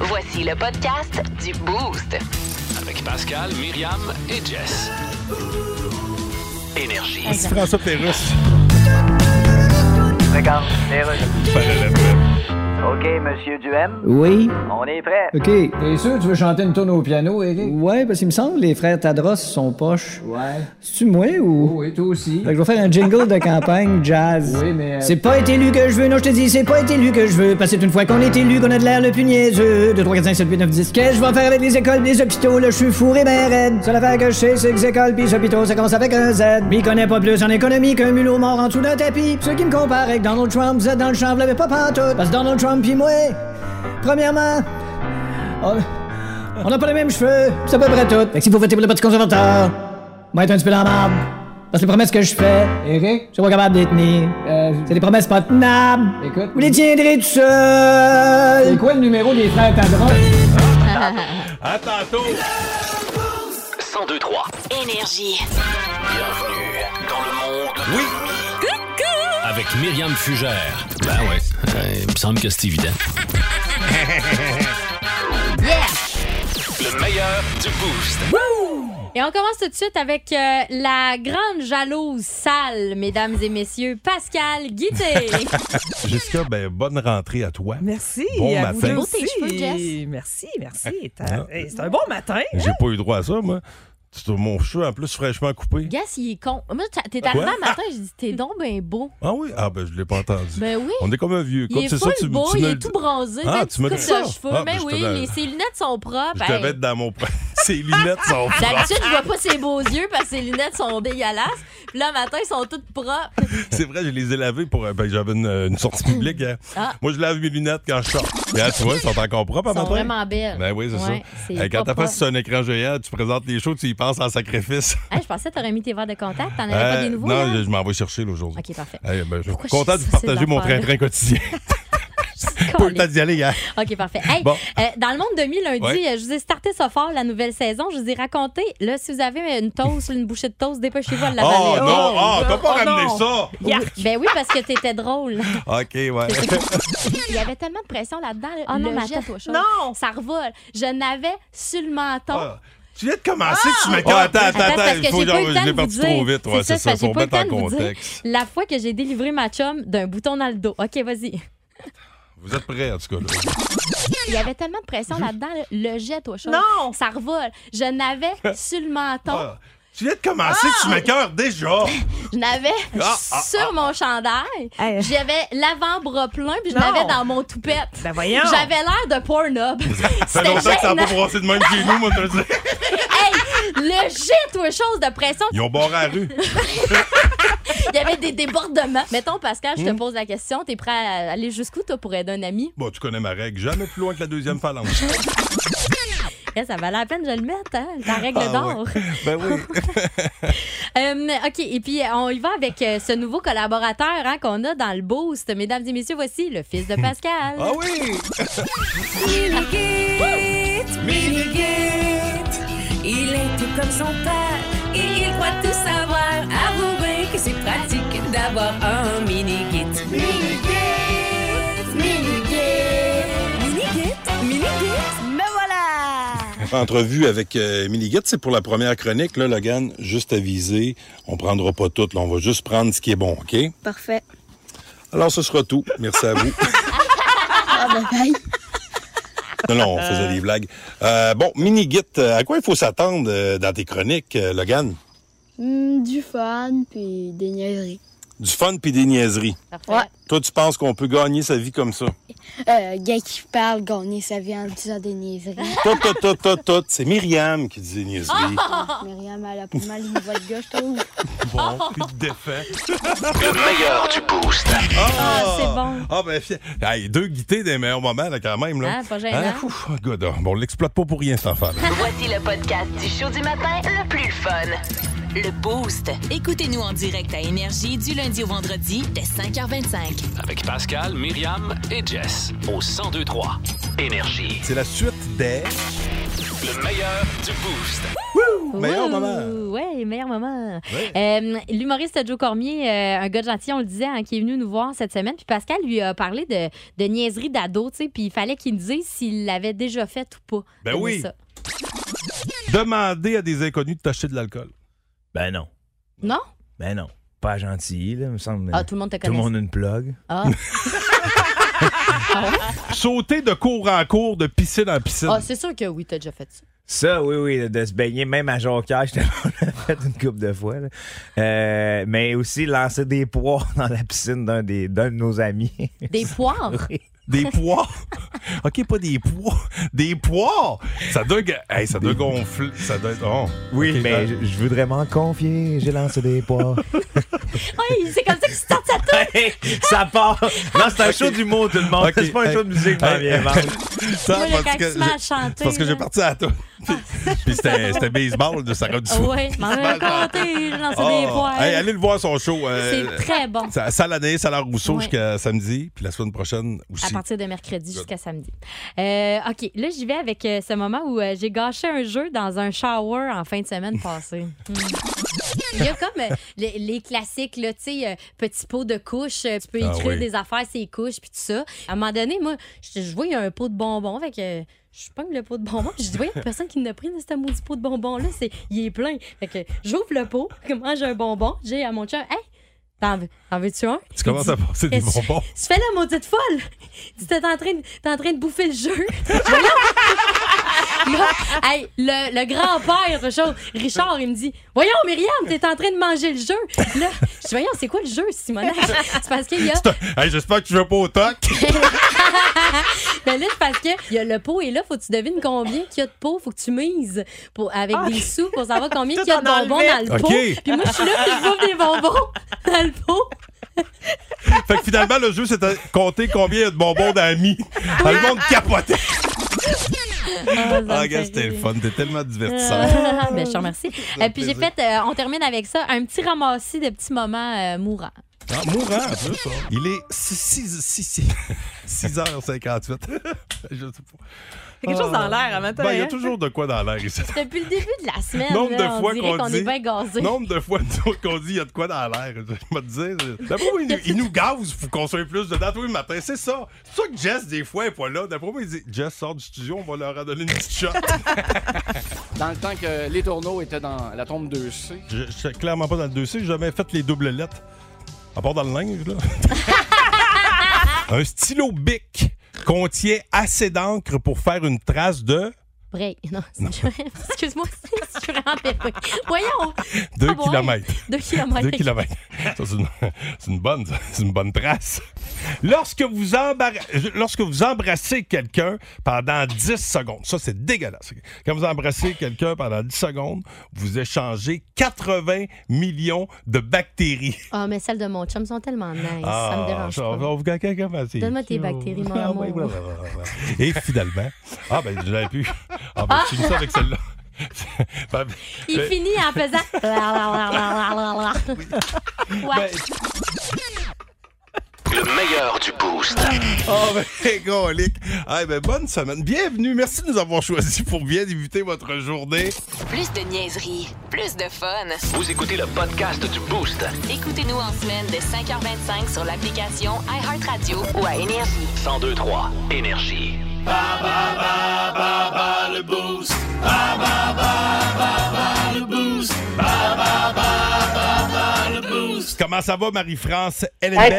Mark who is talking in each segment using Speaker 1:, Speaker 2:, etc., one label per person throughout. Speaker 1: Voici le podcast du Boost.
Speaker 2: Avec Pascal, Myriam et Jess. Énergie.
Speaker 3: C'est François Pérusse.
Speaker 4: Regarde, les re- OK, monsieur Duhem,
Speaker 5: Oui.
Speaker 4: on est prêt.
Speaker 5: OK.
Speaker 6: T'es sûr que tu veux chanter une tourne au piano, Eric?
Speaker 5: Ouais, parce qu'il me semble que les frères Tadros sont poches.
Speaker 6: Ouais. Oh,
Speaker 5: C'est-tu moi ou.
Speaker 6: Oui, toi aussi.
Speaker 5: Fait que je vais faire un jingle de campagne jazz.
Speaker 6: Oui, mais, euh,
Speaker 5: C'est pas être élu que je veux, non, je te dis, c'est pas être élu que je veux. Parce que c'est une fois qu'on est élu qu'on a de l'air le plus niaiseux. 2, 3, 4, 5, 7, 8, 9, 10. Qu'est-ce que je vais faire avec les écoles, les hôpitaux? Là, je suis fourré ben raide. Seule affaire que je sais, c'est que les écoles pis les hôpitaux, ça commence avec un Z. M'y connais pas plus en économie qu'un mulot mort en dessous d'un tapis. Ceux qui me comparent avec Donald Trump, vous êtes dans le champ, vous l'avez pas pantoute. Parce que Donald Trump pis moi, premièrement, on- on n'a pas les mêmes cheveux, c'est à peu près tout. Fait que si vous votez pour le Parti conservateur, moi, être un petit peu dans la marde. Parce que les promesses que je fais,
Speaker 6: Eric?
Speaker 5: je suis pas capable de les tenir.
Speaker 6: Euh,
Speaker 5: C'est des promesses pas tenables.
Speaker 6: Écoute.
Speaker 5: Vous les tiendrez tout
Speaker 6: c'est
Speaker 5: seul.
Speaker 6: quoi le numéro des frères Tadros?
Speaker 3: À tantôt.
Speaker 2: 1023.
Speaker 1: Énergie.
Speaker 2: Bienvenue dans le monde.
Speaker 3: Oui.
Speaker 2: Avec Myriam Fugère. Ben ouais. euh, il me semble que c'est évident. Le meilleur du boost.
Speaker 7: Et on commence tout de suite avec euh, la grande jalouse sale, mesdames et messieurs, Pascal Guité.
Speaker 3: Jessica, ben, bonne rentrée à toi.
Speaker 8: Merci.
Speaker 3: Bon
Speaker 8: à
Speaker 3: matin.
Speaker 8: Vous
Speaker 7: Beau tes
Speaker 8: aussi.
Speaker 7: cheveux, Jess.
Speaker 8: Merci, merci. T'as-
Speaker 3: Ah.
Speaker 8: hey, C'est un bon matin. hein?
Speaker 3: J'ai pas eu droit à ça, moi. C'est mon cheveu en plus fraîchement coupé.
Speaker 7: Gas, il est con. Moi, t'as- t'es arrivé
Speaker 3: Quoi?
Speaker 7: un matin, j'ai dit, t'es donc ben beau.
Speaker 3: Ah oui? Ah ben je l'ai pas entendu.
Speaker 7: Ben oui.
Speaker 3: On est Oh, comme un vieux.
Speaker 7: Il est
Speaker 3: C'est
Speaker 7: full
Speaker 3: tu-
Speaker 7: beau,
Speaker 3: tu
Speaker 7: il
Speaker 3: me
Speaker 7: est
Speaker 3: le-
Speaker 7: tout bronzé.
Speaker 3: Ah,
Speaker 7: t'as une
Speaker 3: tu me
Speaker 7: petite
Speaker 3: dis
Speaker 7: coupe de
Speaker 3: ça?
Speaker 7: cheveux.
Speaker 3: Ah,
Speaker 7: mais
Speaker 3: ben, je
Speaker 7: oui,
Speaker 3: t'avais-
Speaker 7: les- ses lunettes sont propres.
Speaker 3: Je te
Speaker 7: hey.
Speaker 3: mets dans mon... Ses lunettes sont
Speaker 7: D'habitude, je vois pas ses beaux yeux parce que ses lunettes sont dégueulasses. Puis là, le matin, ils sont toutes propres.
Speaker 3: C'est vrai, je les ai lavés pour. euh, Ben, j'avais une, euh, une sortie publique. hein.
Speaker 7: Ah.
Speaker 3: Moi, je lave mes lunettes quand je sors. Mais là, tu vois, elles sont encore propres à
Speaker 7: Elles sont
Speaker 3: matin.
Speaker 7: vraiment belles.
Speaker 3: Ben oui, c'est
Speaker 7: Ouais,
Speaker 3: ça.
Speaker 7: c'est
Speaker 3: Euh, quand
Speaker 7: pas
Speaker 3: t'as face
Speaker 7: propre.
Speaker 3: sur un écran géant, tu présentes les shows, tu y penses en sacrifice.
Speaker 7: Hey, je pensais que t'aurais mis tes verres de contact. T'en avais pas
Speaker 3: Euh,
Speaker 7: des nouveaux?
Speaker 3: non,
Speaker 7: là?
Speaker 3: je, je m'en vais chercher là, aujourd'hui.
Speaker 7: Ok, parfait.
Speaker 3: Eh, ben, je suis
Speaker 7: Pourquoi
Speaker 3: content
Speaker 7: je
Speaker 3: de vous
Speaker 7: suis sur ces
Speaker 3: partager mon
Speaker 7: affaires-là?
Speaker 3: train-train quotidien. Pas eu le temps d'y aller hein. hier.
Speaker 7: OK, parfait. Hey,
Speaker 3: Bon.
Speaker 7: euh, dans le monde de mi lundi,
Speaker 3: Ouais.
Speaker 7: euh, je vous ai starté ça fort la nouvelle saison. Je vous ai raconté, là, si vous avez une toast, une bouchée de toast, dépêchez-vous à la
Speaker 3: Oh
Speaker 7: balayer.
Speaker 3: non, ah, t'as pas
Speaker 8: oh,
Speaker 3: ramené
Speaker 8: non.
Speaker 3: ça.
Speaker 7: Ben oui, parce que t'étais drôle.
Speaker 3: OK, ouais.
Speaker 7: Il y avait tellement de pression là-dedans. là.
Speaker 9: Ah non,
Speaker 7: Le
Speaker 9: mais
Speaker 7: jet,
Speaker 9: attends,
Speaker 7: chose,
Speaker 8: Non.
Speaker 7: Ça revole. Je n'avais sur le menton.
Speaker 3: Ah, Tu viens de commencer, tu m'écœures. attends, attends,
Speaker 7: Ah! Attends, parce
Speaker 3: attends.
Speaker 7: que
Speaker 3: Il faut
Speaker 7: j'ai pas eu le
Speaker 3: je
Speaker 7: temps
Speaker 3: l'ai
Speaker 7: de
Speaker 3: parti
Speaker 7: vous dire.
Speaker 3: trop vite. Ouais, c'est ça,
Speaker 7: parce que
Speaker 3: faut
Speaker 7: j'ai
Speaker 3: mettre
Speaker 7: pas
Speaker 3: en
Speaker 7: eu le temps de vous dire.
Speaker 3: contexte.
Speaker 7: La fois que j'ai délivré ma chum d'un bouton dans le dos. OK, vas-y.
Speaker 3: Vous êtes prêts, en tout cas. là.
Speaker 7: Il y avait tellement de pression là-dedans. là. Le jet, toi, chose.
Speaker 8: Non.
Speaker 7: Ça revole. Je n'avais sur le menton.
Speaker 3: Ah, Tu viens de commencer, tu
Speaker 7: Ah!
Speaker 3: m'écœures déjà.
Speaker 7: Je n'avais
Speaker 3: Ah, ah,
Speaker 7: sur mon chandail,
Speaker 9: Hey.
Speaker 7: j'avais l'avant-bras plein, puis je
Speaker 8: Non.
Speaker 7: l'avais dans mon toupette.
Speaker 8: Ben voyons.
Speaker 7: J'avais l'air de Pornhub.
Speaker 3: Ça fait
Speaker 7: C'était
Speaker 3: longtemps que ça n'a
Speaker 7: gênant.
Speaker 3: pas brassé de même chez nous, moi, je te le dis.
Speaker 7: hey, le jet, toi, chose de pression.
Speaker 3: Ils ont barré la rue.
Speaker 7: Il y avait des débordements. Mettons, Pascal,
Speaker 3: Hmm?
Speaker 7: je te pose la question. T'es prêt à aller jusqu'où, toi, pour aider un ami?
Speaker 3: Bon, tu connais ma règle. Jamais plus loin que la deuxième phalange.
Speaker 7: Eh, ça valait la peine de je le mettre, hein? La règle
Speaker 3: Ah,
Speaker 7: d'or.
Speaker 3: ouais. Ben oui.
Speaker 7: Euh, OK, et puis euh, on y va avec euh, ce nouveau collaborateur hein, qu'on a dans le boost. Mesdames et messieurs, voici le fils de Pascal.
Speaker 3: Ah oui.
Speaker 9: Il est tout comme son père et il croit tout savoir. Avouez que c'est pratique d'avoir un mini-kit. Mini-kit, mini-kit, mini-kit, mini-kit, me voilà!
Speaker 3: Entrevue avec euh, Émilie Guette, c'est pour la première chronique, là, Logan. Juste aviser, on prendra pas tout, là. On va juste prendre ce qui est bon, OK?
Speaker 10: Parfait.
Speaker 3: Alors, ce sera tout. Merci à vous.
Speaker 10: Ah ben bye.
Speaker 3: Non, non, on faisait des blagues. Euh, bon, mini guide, à quoi il faut s'attendre euh, dans tes chroniques, euh, Logan?
Speaker 10: Hmm, du fun puis des niaiseries.
Speaker 3: Du fun puis des niaiseries.
Speaker 7: Parfait.
Speaker 10: Ouais.
Speaker 3: Toi, tu penses qu'on peut gagner sa vie comme ça?
Speaker 10: Euh, gars qui parle, gagner sa vie en disant des niaiseries.
Speaker 3: Tout, tout, tout, tout, tout. C'est Myriam qui dit niaiserie.
Speaker 10: Myriam, elle a pas mal une voix de gars, je trouve.
Speaker 3: Bon, puis te défait.
Speaker 2: Le meilleur du boost.
Speaker 7: Ah, c'est bon.
Speaker 3: Ah, ben, fi- hey, deux guittés des meilleurs moments, là, quand même. Là.
Speaker 7: Hein, pas gênant.
Speaker 3: Hein? Ouf, good, hein. Bon, on l'exploite pas pour rien, cet enfant. là.
Speaker 1: Voici le podcast du show du matin le plus fun. Le Boost.
Speaker 9: Écoutez-nous en direct à Énergie du lundi au vendredi dès 5h25.
Speaker 2: Avec Pascal, Myriam et Jess. Au 1023. Énergie.
Speaker 3: C'est la suite des.
Speaker 2: Le meilleur du boost.
Speaker 3: Meilleur
Speaker 7: Ouh,
Speaker 3: moment.
Speaker 7: Ouais, meilleur moment. Euh, L'humoriste Joe Cormier, euh, un gars gentil, on le disait, hein, qui est venu nous voir cette semaine. Puis Pascal lui a parlé de, de niaiseries d'ado, tu sais. Puis il fallait qu'il nous dise s'il l'avait déjà fait ou pas.
Speaker 3: Ben
Speaker 7: Aimez
Speaker 3: oui.
Speaker 7: ça.
Speaker 3: Demander à des inconnus de t'acheter de l'alcool.
Speaker 11: Ben non.
Speaker 7: Non?
Speaker 11: Ben non. Pas gentil, là, me semble.
Speaker 7: Ah, tout le monde te
Speaker 11: Tout le
Speaker 7: connaît.
Speaker 11: monde a une plug.
Speaker 7: Ah.
Speaker 3: Ah, Sauter de cours en cours, de piscine en piscine.
Speaker 7: Ah, c'est sûr que oui, t'as déjà fait ça.
Speaker 11: Ça, oui, oui, de se baigner, même à Jonquière, je te l'ai fait une couple de fois. là. Euh, mais aussi lancer des poires dans la piscine d'un des- d'un de nos amis.
Speaker 7: Des poires?
Speaker 3: Des poires. OK, pas des poires. Des poires. Ça doit, ga- hey, ça doit gonfler. Ça doit être. oh.
Speaker 11: Oui,
Speaker 3: OK,
Speaker 11: mais
Speaker 3: euh,
Speaker 11: je je voudrais m'en confier, j'ai lancé des poires.
Speaker 7: Ouais, c'est comme ça que tu startes sa
Speaker 11: Hey, ça part. Non, c'est un show d'humour, tout le monde.
Speaker 3: Ok,
Speaker 11: C'est pas un show de musique, hein.
Speaker 3: hey,
Speaker 11: mais bien,
Speaker 3: hey, Ça,
Speaker 7: Moi, le
Speaker 3: parce que
Speaker 7: se met à
Speaker 3: je-
Speaker 7: chanter.
Speaker 3: Parce que j'ai
Speaker 7: là. Ah.
Speaker 3: parti à toi. Puis c'était c'était baseball de Sarah Dussault.
Speaker 7: Ouais, je m'en ai raconté, je lançais
Speaker 3: Ah,
Speaker 7: des poires.
Speaker 3: hey, allez le voir son show. euh,
Speaker 7: c'est très bon.
Speaker 3: ça- Salle Année, Salle Rousseau
Speaker 7: Ouais.
Speaker 3: jusqu'à samedi, puis la semaine prochaine
Speaker 7: À
Speaker 3: aussi.
Speaker 7: partir de mercredi jusqu'à samedi. Euh, OK, là, j'y vais avec euh, ce moment où euh, j'ai gâché un jeu dans un shower en fin de semaine passée. Hmm. Il y a comme euh, les, les classiques, là, tu sais, euh, petit pot de couche, euh, tu peux
Speaker 3: Ah
Speaker 7: écrire
Speaker 3: oui.
Speaker 7: des affaires, ces couches, puis tout ça. À un moment donné, moi, je, je vois, il y a un pot de bonbons, fait que. euh, Je pogne le pot de bonbons. puis Je dis, voyons, personne qui n'a pris de ce maudit pot de bonbons-là. c'est- Il est plein. Fait que j'ouvre le pot, que moi, j'ai un bonbon. J'ai à mon chum, hey, t'en veux- t'en veux-tu un?
Speaker 3: Tu commences à passer des
Speaker 7: Qu'est-ce-
Speaker 3: bonbons.
Speaker 7: Tu fais la maudite folle! Tu t'es en train, de- t'es en train de bouffer le jeu! Voyons! Là, hey, le, le grand-père, Richard, Richard, il me dit Voyons, Myriam, t'es en train de manger le jeu! Là, je dis Voyons, c'est quoi le jeu, Simonac? C'est parce qu'il y a.
Speaker 3: Hey, J'espère que tu vas pas au toc.
Speaker 7: Mais là, c'est parce que il y a le pot et là, faut que tu devines combien qu'il y a de pots, faut que tu mises pour, avec
Speaker 8: Ah,
Speaker 7: des
Speaker 8: ok.
Speaker 7: sous pour savoir combien
Speaker 8: Tout
Speaker 7: qu'il y a de
Speaker 8: en
Speaker 7: bonbons
Speaker 8: enlevette.
Speaker 7: dans le pot.
Speaker 3: Ok.
Speaker 7: Puis moi, je suis là, puis je bouffe des bonbons dans le pot.
Speaker 3: fait que finalement, le jeu, c'était compter combien il y a de bonbons d'amis. le monde capotait.
Speaker 7: Ah, ça me
Speaker 3: Ah,
Speaker 7: fait
Speaker 3: gars, c'était le
Speaker 7: rire.
Speaker 3: fun. T'es tellement divertissant.
Speaker 7: Ah, ben, je te remercie. Euh, puis j'ai
Speaker 3: plaisir.
Speaker 7: fait, euh, on termine avec ça, un petit ramassis de petits moments euh, mourants.
Speaker 3: Ah, mourant, en plus, ça. Il est 6, 6h58. Je sais pas.
Speaker 8: Il y a quelque chose dans l'air à matin.
Speaker 3: Ben, il y a
Speaker 8: hein? Ben,
Speaker 3: toujours de quoi dans l'air ici.
Speaker 7: Depuis le début de la semaine,
Speaker 3: Nombre
Speaker 7: là,
Speaker 3: de
Speaker 7: on
Speaker 3: fois
Speaker 7: dirait
Speaker 3: qu'on
Speaker 7: qu'on
Speaker 3: dit-
Speaker 7: est bien gazé.
Speaker 3: Nombre de fois nous autres, qu'on dit il y a de quoi dans l'air. Je vais te dire. euh, D'après moi, il, nous- il nous gazent faut qu'on soit plus dedans tous les matins. C'est ça. C'est ça que Jess, des fois, est pas là. D'après moi, il dit Jess, sort du studio, on va leur en donner une petite shot.
Speaker 12: Dans le temps que les tourneaux étaient dans la tombe 2C.
Speaker 3: je, je suis clairement pas dans le 2C. J'ai jamais fait les doubles lettres. À part dans le linge, là. Un stylo bic contient assez d'encre pour faire une trace de
Speaker 7: Vrai. Non, c'est- excuse-moi, je suis vraiment pépée. Voyons,
Speaker 3: 2
Speaker 7: Ah ouais?
Speaker 3: km.
Speaker 7: deux kilomètres.
Speaker 3: 2 km. Ça, c'est une, c'est une bonne, ça. c'est une bonne trace. Lorsque vous, embarra- lorsque vous embrassez quelqu'un pendant 10 secondes, ça, c'est dégueulasse. Quand vous embrassez quelqu'un pendant 10 secondes, vous échangez 80 millions de bactéries.
Speaker 7: Ah, mais celles de mon chum sont tellement nice,
Speaker 3: Ah,
Speaker 7: ça me dérange
Speaker 3: ça, on
Speaker 7: pas.
Speaker 3: va vous gâter comment c'est
Speaker 7: Donne-moi tes
Speaker 3: cute.
Speaker 7: bactéries, mon
Speaker 3: Ah, ouais,
Speaker 7: amour.
Speaker 3: ouais, ouais, ouais, ouais. Et finalement, ah ben, je l'avais pu. Ah ben, je finis ça avec celle-là. Ben,
Speaker 7: Il
Speaker 3: ben,
Speaker 7: finit en faisant. Ouais.
Speaker 2: Le meilleur du boost.
Speaker 3: Oh, ben, golique. Ah, ben, bonne semaine. Bienvenue. Merci de nous avoir choisis pour bien débuter votre journée.
Speaker 1: Plus de niaiserie, plus de fun.
Speaker 2: Vous écoutez le podcast du boost.
Speaker 1: Écoutez-nous en semaine de 5h25 sur l'application iHeartRadio ou à Énergie.
Speaker 2: 1023 Énergie.
Speaker 3: Comment ça va, Marie-France Ellenberg?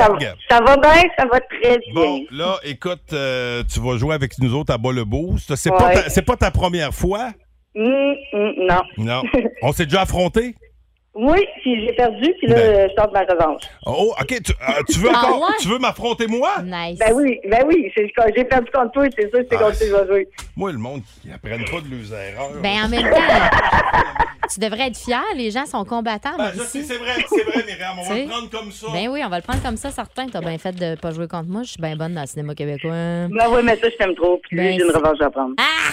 Speaker 13: Ça va bien, ça va très bien.
Speaker 3: Bon, là, écoute, euh, tu vas jouer avec nous autres à bas le boost. C'est pas,
Speaker 13: Ouais.
Speaker 3: ta- c'est pas ta première fois?
Speaker 13: Hum, hum, non.
Speaker 3: Non. On s'est déjà affronté?
Speaker 13: Oui, puis j'ai perdu, puis là,
Speaker 3: Ben.
Speaker 13: je tente ma revanche.
Speaker 3: Oh, OK. Tu, euh, tu veux
Speaker 7: Ah
Speaker 3: encore-
Speaker 7: ouais?
Speaker 3: Tu veux m'affronter, moi?
Speaker 7: Nice.
Speaker 13: Ben oui, ben oui, c'est- j'ai perdu contre toi, c'est sûr que c'est
Speaker 3: Ah,
Speaker 13: contre toi que je vais jouer.
Speaker 3: Moi, le monde, ils apprennent pas de leurs erreurs.
Speaker 7: Ben, en même temps, tu devrais être fier, les gens sont combattants.
Speaker 3: Ben,
Speaker 7: mais
Speaker 3: je sais,
Speaker 7: ici-
Speaker 3: c'est vrai, c'est vrai, Myriam. On va
Speaker 7: Tu
Speaker 3: le
Speaker 7: sais.
Speaker 3: prendre comme ça.
Speaker 7: Ben oui, on va le prendre comme ça, certain. T'as bien fait de pas jouer contre moi. Je suis bien bonne dans le cinéma québécois.
Speaker 13: Ben oui, mais ça, je t'aime trop, puis lui,
Speaker 7: Ben,
Speaker 13: j'ai une
Speaker 7: c'est-
Speaker 13: revanche à prendre.
Speaker 7: Ah!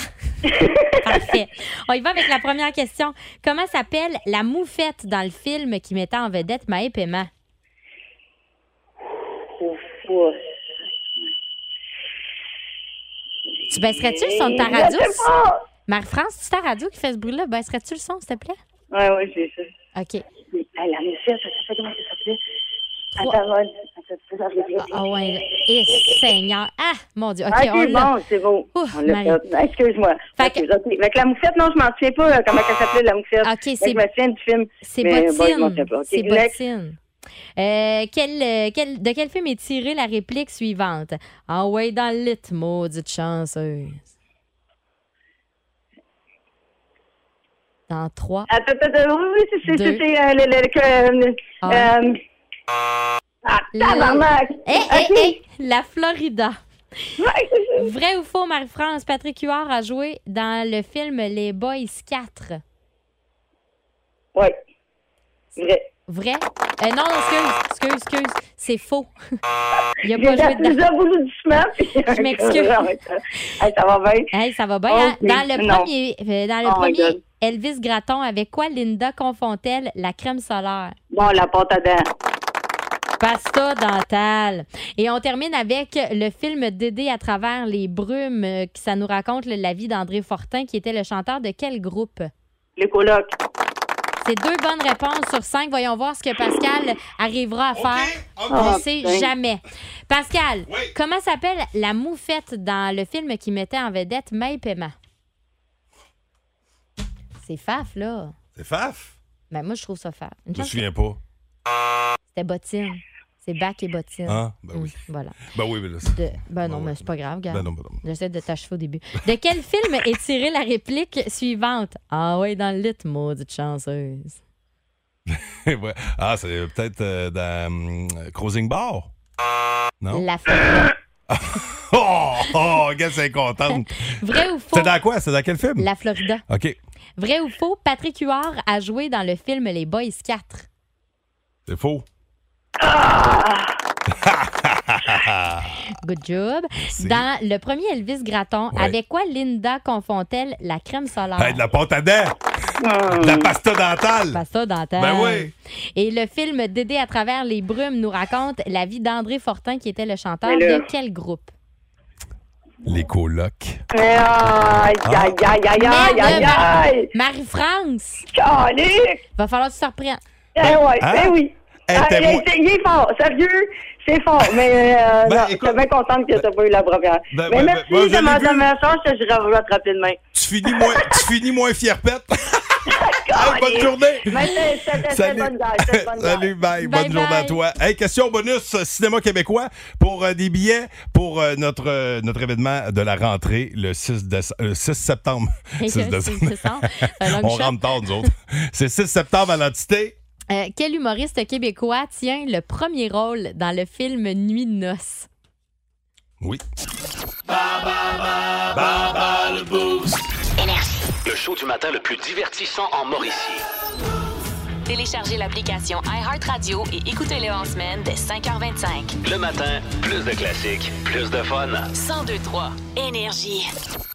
Speaker 7: Parfait. On y va avec la première question. Comment s'appelle la moufette dans le film qui mettait en vedette Maë Paiement?
Speaker 13: Ouf, ouf.
Speaker 7: Tu baisserais-tu le son de ta
Speaker 13: Je
Speaker 7: radio?
Speaker 13: sais pas.
Speaker 7: Marie-France, c'est ta radio qui fait ce bruit-là. Baisserais-tu le son, s'il te plaît?
Speaker 13: Ouais, ouais, c'est ça.
Speaker 7: OK.
Speaker 13: Elle a réussi, je sais pas comment ça s'appelait. À parole.
Speaker 7: Ah ouais. Et Seigneur. Ah, mon Dieu. OK,
Speaker 13: Ah,
Speaker 7: on
Speaker 13: c'est
Speaker 7: l'a.
Speaker 13: bon, c'est beau.
Speaker 7: Ouf,
Speaker 13: on l'a
Speaker 7: Marie.
Speaker 13: fait. Ah, Excuse-moi. OK, ok. Fait que la moufette, non, je m'en souviens pas euh, comment elle s'appelait, la moufette.
Speaker 7: OK,
Speaker 13: Fait que
Speaker 7: c'est-
Speaker 13: Je me souviens du film.
Speaker 7: C'est
Speaker 13: mais, bon, je
Speaker 7: bottine.
Speaker 13: m'en souviens pas. Ok,
Speaker 7: c'est
Speaker 13: next.
Speaker 7: bottine. Euh, quel, euh, quel- de quel film est tirée la réplique suivante? Ah ouais, dans le lit, maudite chanceuse. Dans trois.
Speaker 13: Attends, attends, attends, oui, oui, c'est- c'est
Speaker 7: Deux.
Speaker 13: c'est- c'est, euh, le- le- le- que, euh,
Speaker 7: Ah.
Speaker 13: euh, Ah,
Speaker 7: Le-
Speaker 13: tabarnak!
Speaker 7: Eh, eh,
Speaker 13: Ok.
Speaker 7: eh, la Florida. Vrai ou faux, Marie-France, Patrick Huard a joué dans le film Les Boys 4.
Speaker 13: Ouais. Vrai.
Speaker 7: Vrai? Euh, non, excuse, excuse, excuse. C'est faux. Il a
Speaker 13: J'ai
Speaker 7: pas joué
Speaker 13: appris
Speaker 7: dedans.
Speaker 13: ça applaudissements. puis-
Speaker 7: Je m'excuse.
Speaker 13: Hey, ça va bien?
Speaker 7: Hey, ça va bien. hein?
Speaker 13: Ok,
Speaker 7: Dans le
Speaker 13: non.
Speaker 7: premier, euh, dans le
Speaker 13: Oh my
Speaker 7: premier
Speaker 13: God.
Speaker 7: Elvis Gratton, avec quoi Linda confond-elle la crème solaire?
Speaker 13: Bon, la pâte à dents.
Speaker 7: Pasta dentale. Et on termine avec le film Dédé à travers les brumes, euh, qui ça nous raconte le- la vie d'André Fortin, qui était le chanteur de quel groupe?
Speaker 13: Les colocs.
Speaker 3: Ah,
Speaker 7: C'est deux bonnes réponses sur cinq. Voyons voir ce que Pascal arrivera à faire. On ne
Speaker 13: Ah,
Speaker 7: sait
Speaker 13: ben.
Speaker 7: jamais. Pascal, comment s'appelle la moufette dans le film qui mettait en vedette May Paiement? C'est faf, là.
Speaker 3: C'est faf.
Speaker 7: Ben, moi, je trouve ça faf. Une
Speaker 3: Je me
Speaker 7: chance
Speaker 3: souviens pas.
Speaker 7: que C'était bottine. C'est bac et bottine.
Speaker 3: Ah, ben oui.
Speaker 7: Hum, voilà.
Speaker 3: Ben oui, mais là,
Speaker 7: De- Ben non, mais c'est pas grave, gars.
Speaker 3: Ben non, ben non.
Speaker 7: J'essaie de t'achever au début. De quel film est tirée la réplique suivante? Ah ouais, dans le lit, maudite chanceuse.
Speaker 3: Ouais. Ah, c'est peut-être euh, dans hum, Cruising Bar. Non?
Speaker 7: La Florida.
Speaker 3: Oh, oh, regarde, c'est contente.
Speaker 7: Vrai ou faux?
Speaker 3: C'est dans quoi? C'est dans quel film?
Speaker 7: La Florida.
Speaker 3: OK,
Speaker 7: Vrai ou faux, Patrick Huard a joué dans le film Les Boys 4.
Speaker 3: c'est faux.
Speaker 7: Ah. Good job. Dans le premier Elvis Gratton,
Speaker 3: Ouais.
Speaker 7: avec quoi Linda confond-elle la crème solaire?
Speaker 3: Hey, de la pâte à dents. De la pasta dentale.
Speaker 7: Pasta dentale.
Speaker 3: Ben oui.
Speaker 7: Et le film Dédé à travers les brumes nous raconte la vie d'André Fortin, qui était le chanteur
Speaker 3: Mais là.
Speaker 7: de quel groupe?
Speaker 3: Les colocs.
Speaker 13: Mais,
Speaker 7: Ah.
Speaker 13: Aïe, aïe, aïe, aïe, aïe, aïe, aïe.
Speaker 7: Marie-France!
Speaker 13: Calique.
Speaker 7: Va falloir que tu te reprennes.
Speaker 13: Eh ouais,
Speaker 7: Hein?
Speaker 13: ben oui.
Speaker 7: Eh,
Speaker 13: Ah,
Speaker 7: t'es
Speaker 13: il,
Speaker 7: moi-
Speaker 13: est- il est fort, sérieux, c'est fort. Mais euh,
Speaker 3: Ben,
Speaker 13: non, je suis bien contente que t'as pas eu la première. mais
Speaker 3: ben, ben,
Speaker 13: merci
Speaker 3: ben, je l'ai
Speaker 13: de m'en
Speaker 3: vu.
Speaker 13: donner un sens, je te dirais vous rattraper demain.
Speaker 3: Tu finis moins, tu finis moins fierpette. Hey, bonne journée.
Speaker 13: Ben, c'est- c'est- c'est
Speaker 3: Salut.
Speaker 13: bonne gueule, c'est bonne gueule.
Speaker 3: Salut, bye.
Speaker 13: Bye,
Speaker 3: Bonne journée à
Speaker 13: bye.
Speaker 3: toi. Hey, question bonus euh, cinéma québécois pour euh, des billets pour euh, notre, euh, notre événement de la rentrée le 6, déce- euh, 6 septembre. 6 décembre.
Speaker 7: un long
Speaker 3: On
Speaker 7: shot.
Speaker 3: rentre tard, nous autres. C'est 6 septembre à l'entité.
Speaker 7: Euh, quel humoriste québécois tient le premier rôle dans le film Nuit de noces?
Speaker 3: Oui.
Speaker 2: le show du matin le plus divertissant en Mauricie.
Speaker 1: Téléchargez l'application iHeartRadio et écoutez-le en semaine dès 5h25.
Speaker 2: Le matin, plus de classiques, plus de fun.
Speaker 3: Ah,
Speaker 1: 1023 Énergie.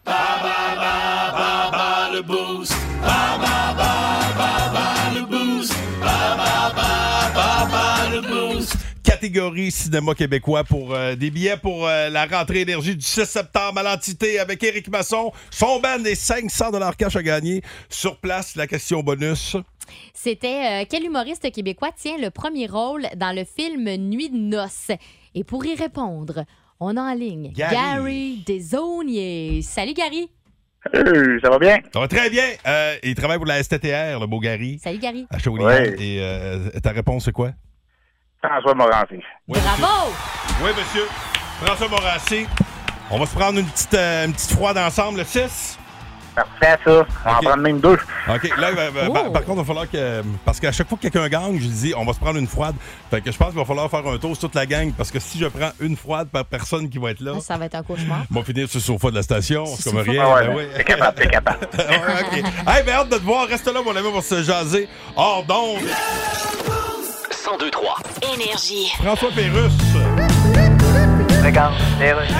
Speaker 3: bah, ah,
Speaker 2: le boost. Ba, ba, ba, ba, ba, le boost. Ba, ba, ba, ba, ba, le boost.
Speaker 3: Catégorie cinéma québécois pour euh, des billets pour euh, la rentrée énergie du 6 septembre à l'entité avec Éric Masson. Son band des 500 cash à gagner. Sur place, la question bonus.
Speaker 7: C'était euh, quel humoriste québécois tient le premier rôle dans le film Nuit de noces? Et pour y répondre, on a en ligne
Speaker 3: Gary.
Speaker 7: Gary Desauniers. Salut Gary.
Speaker 3: ça va bien? Ça va très bien. Euh, il travaille pour la STTR, le beau Gary.
Speaker 7: Salut Gary.
Speaker 3: À Shawinigan. Et euh, ta réponse, c'est quoi?
Speaker 14: François Morancy.
Speaker 7: Bravo!
Speaker 3: Oui, monsieur. François Morassi. On va se prendre une petite, euh, une petite froide ensemble, le 6.
Speaker 14: Parfait, ça. On va en prendre même deux.
Speaker 3: OK, là, euh,
Speaker 7: Oh.
Speaker 3: euh, par, par contre, il va falloir que. Parce qu'à chaque fois que quelqu'un gagne, je dis, on va se prendre une froide. Fait que je pense qu'il va falloir faire un tour sur toute la gang. Parce que si je prends une froide par personne qui va être là,
Speaker 7: Ça va être un cauchemar.
Speaker 3: on va finir sur le sofa de la station. C'est comme rien.
Speaker 14: Ah ouais,
Speaker 3: ben
Speaker 14: ben,
Speaker 3: oui. Ah
Speaker 14: T'es capable, t'es capable.
Speaker 3: Ouais, OK. Hey, ben, hâte de te voir. Reste là, mon ami, pour se jaser. Hors d'onde.
Speaker 2: 1023.
Speaker 1: Énergie.
Speaker 3: François Pérusse.
Speaker 4: Regarde, les Russes.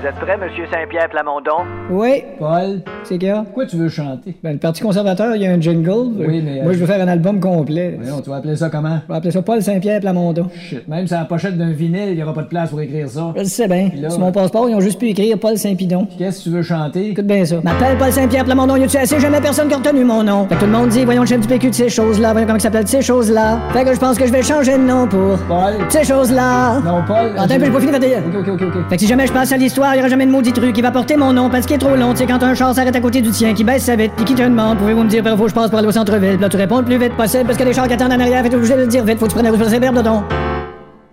Speaker 4: Vous êtes prêt, Monsieur Saint-Pierre Plamondon?
Speaker 5: Oui. Paul. C'est qu'il y a?
Speaker 6: Pourquoi tu veux chanter?
Speaker 5: Ben, le Parti conservateur, il y a un jingle.
Speaker 6: Oui, mais,
Speaker 5: Moi,
Speaker 6: euh,
Speaker 5: je veux faire un album complet.
Speaker 6: Voyons, tu vas appeler ça comment?
Speaker 5: On va appeler ça Paul Saint-Pierre Plamondon.
Speaker 6: Shit, Même sur la pochette d'un vinyle, il n'y aura pas de place pour écrire ça.
Speaker 5: Je le sais bien.
Speaker 6: Puis là,
Speaker 5: Sur mon passeport, ils ont juste pu écrire Paul Saint-Pidon.
Speaker 6: Qu'est-ce que tu veux chanter?
Speaker 5: Écoute bien ça. M'appelle Paul Saint-Pierre Plamondon, y a-tu assez jamais personne qui a retenu mon nom? Fait que tout le monde dit, voyons le chef du PQ de ces choses-là, voyons comment il s'appelle de ces choses-là. Fait que je pense que je vais changer de nom pour
Speaker 6: Paul.
Speaker 5: ces choses-là.
Speaker 6: Non, Paul.
Speaker 5: Attends un peu, j'ai pas fini, Fatih.
Speaker 6: Ok, ok, ok.
Speaker 5: Fait que si jamais je passe à l'histoire, il y aura jamais de maudit truc qui va porter mon nom parce qu'il est trop long. Tu sais, quand un char s'arrête à côté du tien, qui baisse sa vite, puis qui te demande, pouvez-vous me dire par où je passe pour aller au centre-ville? Puis Là, tu réponds le plus vite possible parce que les chars qui attendent en arrière, fait que t'es obligé de le dire vite, faut que tu prennes la rue Saint-Pierre, dedans.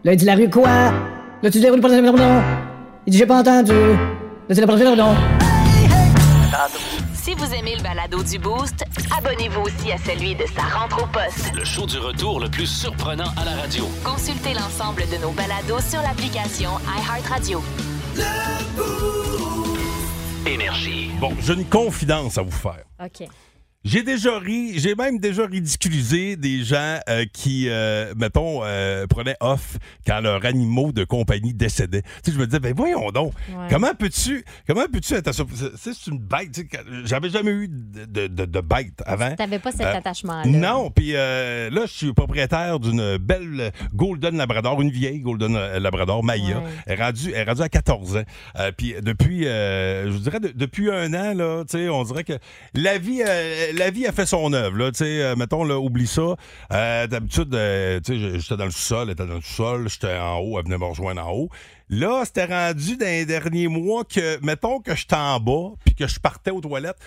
Speaker 5: Là, il dit la rue quoi? Là, tu dis la rue Saint-Pierre, dedans. Il dit, j'ai pas entendu. Là, c'est la prochaine, dedans.
Speaker 1: Si vous aimez le balado du Boost, abonnez-vous aussi à celui de sa rentre au poste.
Speaker 2: Le show du retour le plus surprenant à la radio.
Speaker 1: Consultez l'ensemble de nos balados sur l'application iHeartRadio.
Speaker 2: Énergie.
Speaker 3: Bon, j'ai une confidence à vous faire.
Speaker 7: OK.
Speaker 3: J'ai déjà ri, j'ai même déjà ridiculisé des gens euh, qui, euh, mettons, euh, prenaient off quand leurs animaux de compagnie décédaient. Tu sais, je me disais, ben voyons donc,
Speaker 2: Ouais.
Speaker 3: comment peux-tu, comment peux-tu être à ça? Tu sais, C'est une bête. tu sais, quand- J'avais jamais eu de, de- de- de bête avant.
Speaker 7: T'avais pas cet
Speaker 3: Euh,
Speaker 7: attachement-là.
Speaker 3: Non, puis euh, là, je suis propriétaire d'une belle Golden Labrador, une vieille Golden euh, Labrador, Maya. Elle, est rendue, elle est rendue à 14 ans. Euh, puis depuis, euh, je vous dirais, de- depuis un an, là, tu sais, on dirait que la vie, euh, la vie a fait son œuvre. là, tu sais, euh, mettons, là, oublie ça. Euh, D'habitude, euh, tu sais, je- j'étais dans le sous-sol, elle était dans le sous-sol, j'étais en haut, elle venait me rejoindre en haut. Là, c'était rendu dans les derniers mois que, mettons que j'étais en bas, puis que je partais aux toilettes.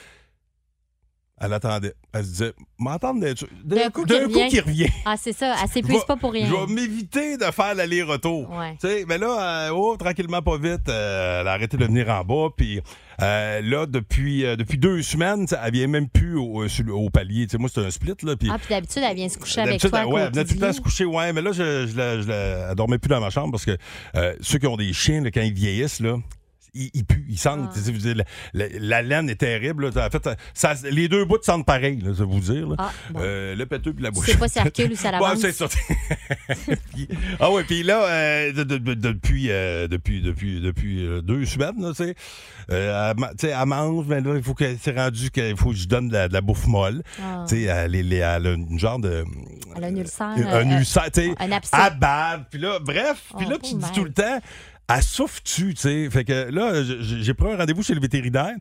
Speaker 3: Elle attendait. Elle se disait, m'entendre d'un d'un-
Speaker 7: D'un coup,
Speaker 3: d'un
Speaker 7: qui, revient.
Speaker 3: qui revient.
Speaker 7: Ah, c'est ça. Elle
Speaker 3: Je
Speaker 7: s'épuise
Speaker 3: vais-
Speaker 7: pas pour rien.
Speaker 3: Je vais m'éviter de faire l'aller-retour.
Speaker 7: Ouais.
Speaker 3: Tu sais, Mais là, euh, oh, tranquillement, pas vite, euh, elle a arrêté de venir en bas. Puis euh, là, depuis, euh, depuis deux semaines, tu sais, elle vient même plus au, euh, sur le- au palier. Tu sais, moi, c'était un split. Là, puis
Speaker 7: Ah, puis d'habitude, elle vient se coucher avec
Speaker 3: D'habitude,
Speaker 7: toi. à
Speaker 3: elle- ouais, elle
Speaker 7: côté
Speaker 3: venait tout
Speaker 7: du
Speaker 3: le temps
Speaker 7: lit.
Speaker 3: se coucher, ouais, mais là, je, je, la- je la- elle dormait plus dans ma chambre parce que euh, ceux qui ont des chiens, là, quand ils vieillissent, là, ils, ils puent, ils
Speaker 7: Ah.
Speaker 3: sentent. Tu sais, vous dire, la, la- la laine est terrible. là. En fait, ça- les deux bouts sentent pareil, là, je vais vous dire. là.
Speaker 7: Ah,
Speaker 3: Euh, le pâteux puis la bouche.
Speaker 7: sais pas si elle recule ou si elle
Speaker 3: Ouais,
Speaker 7: avance.
Speaker 3: c'est ça. Puis- ah ouais, puis là, euh, de- de- de- depuis, euh, depuis, depuis, depuis euh, deux semaines, là, tu sais, euh, elle, ma- tu sais, elle mange, mais là, il faut que c'est rendu qu'il faut que je donne de la, de la bouffe molle.
Speaker 7: Ah.
Speaker 3: Tu sais, elle, est- elle a une genre de
Speaker 7: Elle a un ulcère.
Speaker 3: un
Speaker 7: euh,
Speaker 3: ulcère, tu sais,
Speaker 7: un abcès.
Speaker 3: à bave, puis là, bref, puis
Speaker 7: Oh,
Speaker 3: là, tu te dis
Speaker 7: pauvre
Speaker 3: tout le temps, elle souffre-tu, tu sais, fait que là, j- j- j'ai pris un rendez-vous chez le vétérinaire, euh,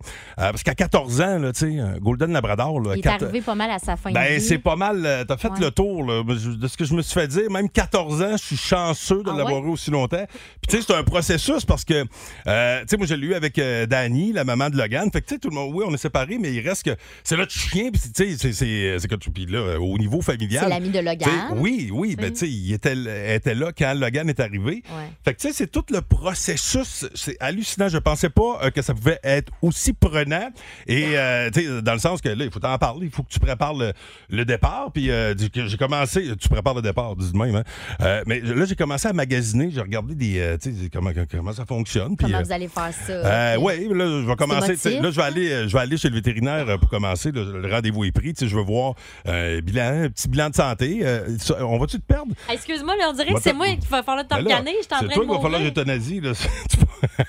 Speaker 3: parce qu'à 14 ans, là, tu sais, un Golden Labrador, là,
Speaker 7: Il est
Speaker 3: quatre-
Speaker 7: arrivé pas mal à sa fin de
Speaker 3: ben,
Speaker 7: vie.
Speaker 3: c'est pas mal. euh, T'as fait
Speaker 7: Ouais.
Speaker 3: le tour là, je- de ce que je me suis fait dire. Même 14 ans, je suis chanceux de
Speaker 7: Ah
Speaker 3: l'avoir
Speaker 7: ouais?
Speaker 3: eu aussi longtemps. Puis tu sais, c'est un processus parce que, euh, tu sais, moi, je l'ai eu avec euh, Dani, la maman de Logan. Fait que tu sais, tout le monde, oui, on est séparés, mais il reste que c'est notre chien. Puis tu sais, c'est- c'est c'est que tu. Puis là, euh, au niveau familial.
Speaker 7: C'est l'ami de Logan.
Speaker 3: tu sais, Oui, oui. Ben, tu sais, il était, elle était là quand Logan est arrivé.
Speaker 7: Ouais.
Speaker 3: Fait que tu sais, c'est tout le processus. C'est hallucinant. Je pensais pas euh, que ça pouvait être aussi prenant. Et euh, tu sais, dans le sens que là, il faut t'en parler. Il faut que tu prépares le, le départ. Puis euh, du- que j'ai commencé. Tu prépares le départ, dis de même. hein. Euh, mais là, j'ai commencé à magasiner. J'ai regardé des, euh, tu sais, comment, comment ça fonctionne. puis,
Speaker 7: Comment
Speaker 3: euh,
Speaker 7: vous allez faire ça?
Speaker 3: euh,
Speaker 7: Puis-
Speaker 3: oui, là, je vais commencer. tu sais,
Speaker 7: émotif,
Speaker 3: Là, je vais aller, euh, je vais aller chez le vétérinaire euh, pour commencer. là, le rendez-vous est pris. tu sais, Je veux voir euh, bilan, un petit bilan de santé. euh, ça, on va-tu te perdre?
Speaker 7: Ah, Excuse-moi, là, on dirait que
Speaker 3: Bah,
Speaker 7: c'est
Speaker 3: t'as-
Speaker 7: moi qui va falloir
Speaker 3: Ben là,
Speaker 7: t'organer. Je suis en train
Speaker 3: C'est
Speaker 7: de
Speaker 3: toi qu'il va falloir que
Speaker 7: mourir.
Speaker 3: j'euthanasie. là. Tu peux-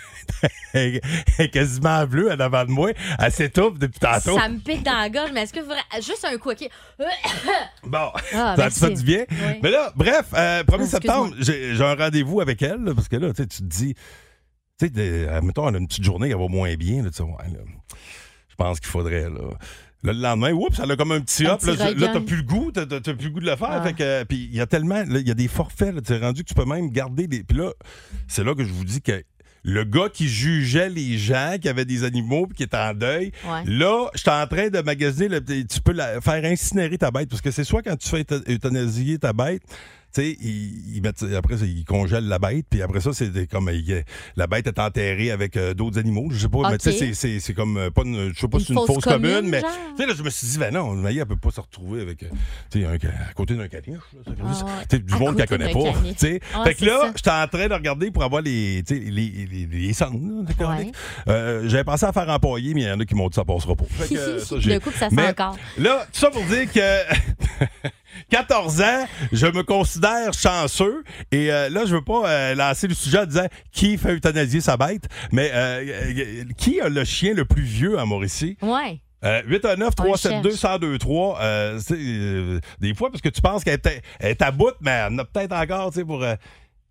Speaker 3: Elle est quasiment en bleu en avant de moi. Elle s'étouffe depuis tantôt.
Speaker 7: Ça me pique dans la gorge, mais est-ce que vous... juste un coup, OK?
Speaker 3: Bon,
Speaker 7: Ah,
Speaker 3: ça,
Speaker 7: merci.
Speaker 3: ça dit bien.
Speaker 7: Oui.
Speaker 3: Mais là, bref, euh, 1er
Speaker 7: Ah,
Speaker 3: septembre,
Speaker 7: excuse-moi.
Speaker 3: j'ai j'ai un rendez-vous avec elle, là, parce que là, tu sais, tu te dis, tu sais, de- admettons, elle a une petite journée, elle va moins bien, là, tu sais, ouais, là, je pense qu'il faudrait, là. Là, le lendemain, oups, elle a comme un petit
Speaker 2: Un
Speaker 3: hop.
Speaker 2: petit
Speaker 3: Là, tu- là, t'as
Speaker 2: regain.
Speaker 3: plus le goût, t'as t'as- t'as plus le goût de le faire.
Speaker 2: Ah.
Speaker 3: Fait que, euh, puis il y a tellement, là, il y a des forfaits, là, tu es rendu que tu peux même garder des. Puis là, c'est là que je vous dis que le gars qui jugeait les gens qui avaient des animaux puis qui étaient en deuil,
Speaker 2: Ouais.
Speaker 3: Là, je suis en train de magasiner. le- tu peux la- faire incinérer ta bête. Parce que c'est soit quand tu fais eutha- euthanasier ta bête, tu sais, ils, ils mettent- après, ça, ils congèlent la bête. Puis après ça, c'est des- comme. il- la bête est enterrée avec euh, d'autres animaux. Je sais pas. Mais
Speaker 2: Ok.
Speaker 3: tu sais, c'est- c'est- c'est comme. euh, Pas une- je sais pas si c'est une
Speaker 2: fausse
Speaker 3: fausse commune,
Speaker 2: commune,
Speaker 3: mais.
Speaker 2: genre?
Speaker 3: Tu sais, là, je me suis dit, ben non, Maya, elle peut pas se retrouver avec. euh, Tu sais, un ca- à côté d'un caniche. là, ça fait
Speaker 2: Ah
Speaker 3: juste-
Speaker 2: ouais.
Speaker 3: tu sais, du
Speaker 2: À
Speaker 3: monde qu'elle
Speaker 2: côté
Speaker 3: connaît
Speaker 2: d'un
Speaker 3: pas. tu
Speaker 2: caniche.
Speaker 3: sais.
Speaker 2: Ah,
Speaker 3: fait que
Speaker 2: c'est
Speaker 3: là,
Speaker 2: ça.
Speaker 3: j'étais en train de regarder pour avoir les, tu sais, les, les, les, les cendres. là, de Conic. Euh, J'avais pensé à faire empailler, mais il y en a qui m'ont dit ça passera pas. Fait que, ça, j'ai-
Speaker 7: Le coup que ça sent
Speaker 3: Mais
Speaker 7: encore.
Speaker 3: Là, tout ça pour dire que. 14 ans, je me considère chanceux. Et euh, là, je veux pas euh, lancer le sujet en disant qui fait euthanasier sa bête, mais euh, euh, qui a le chien le plus vieux à Mauricie?
Speaker 7: Ouais.
Speaker 3: Euh, 819 372 1023 euh, c'est, euh, des fois parce que tu penses qu'elle est, à- elle est à bout mais elle en a peut-être encore tu sais pour euh,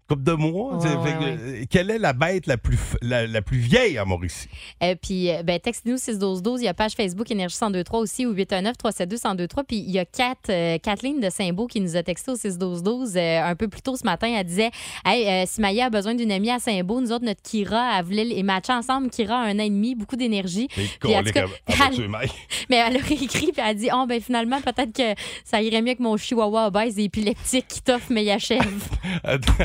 Speaker 3: couple de mois tu sais.
Speaker 7: Ouais,
Speaker 3: Fait
Speaker 7: ouais,
Speaker 3: que, euh, quelle est la bête la plus f- la, la plus vieille à Mauricie
Speaker 7: Et puis, euh, ben, textez-nous 612-12. Il y a page Facebook Énergie 1023 aussi ou 819-372-1023. Puis, il y a Kat, euh, Kathleen de Saint-Beau qui nous a texté au 612-12 euh, un peu plus tôt ce matin. Elle disait Hey, euh, si Maya a besoin d'une amie à Saint-Beau, nous autres, notre Kira, elle voulait les matcher ensemble. Kira a un an et demi, beaucoup d'énergie.
Speaker 3: Et
Speaker 7: Puis, en
Speaker 3: qu'on
Speaker 7: tout cas,
Speaker 3: est capable-
Speaker 7: elle-
Speaker 3: Ah, tu es Mike.
Speaker 7: mais elle a réécrit puis elle a dit Oh, ben finalement, peut-être que ça irait mieux que mon chihuahua obèse et épileptique qui t'offre, mais il achève.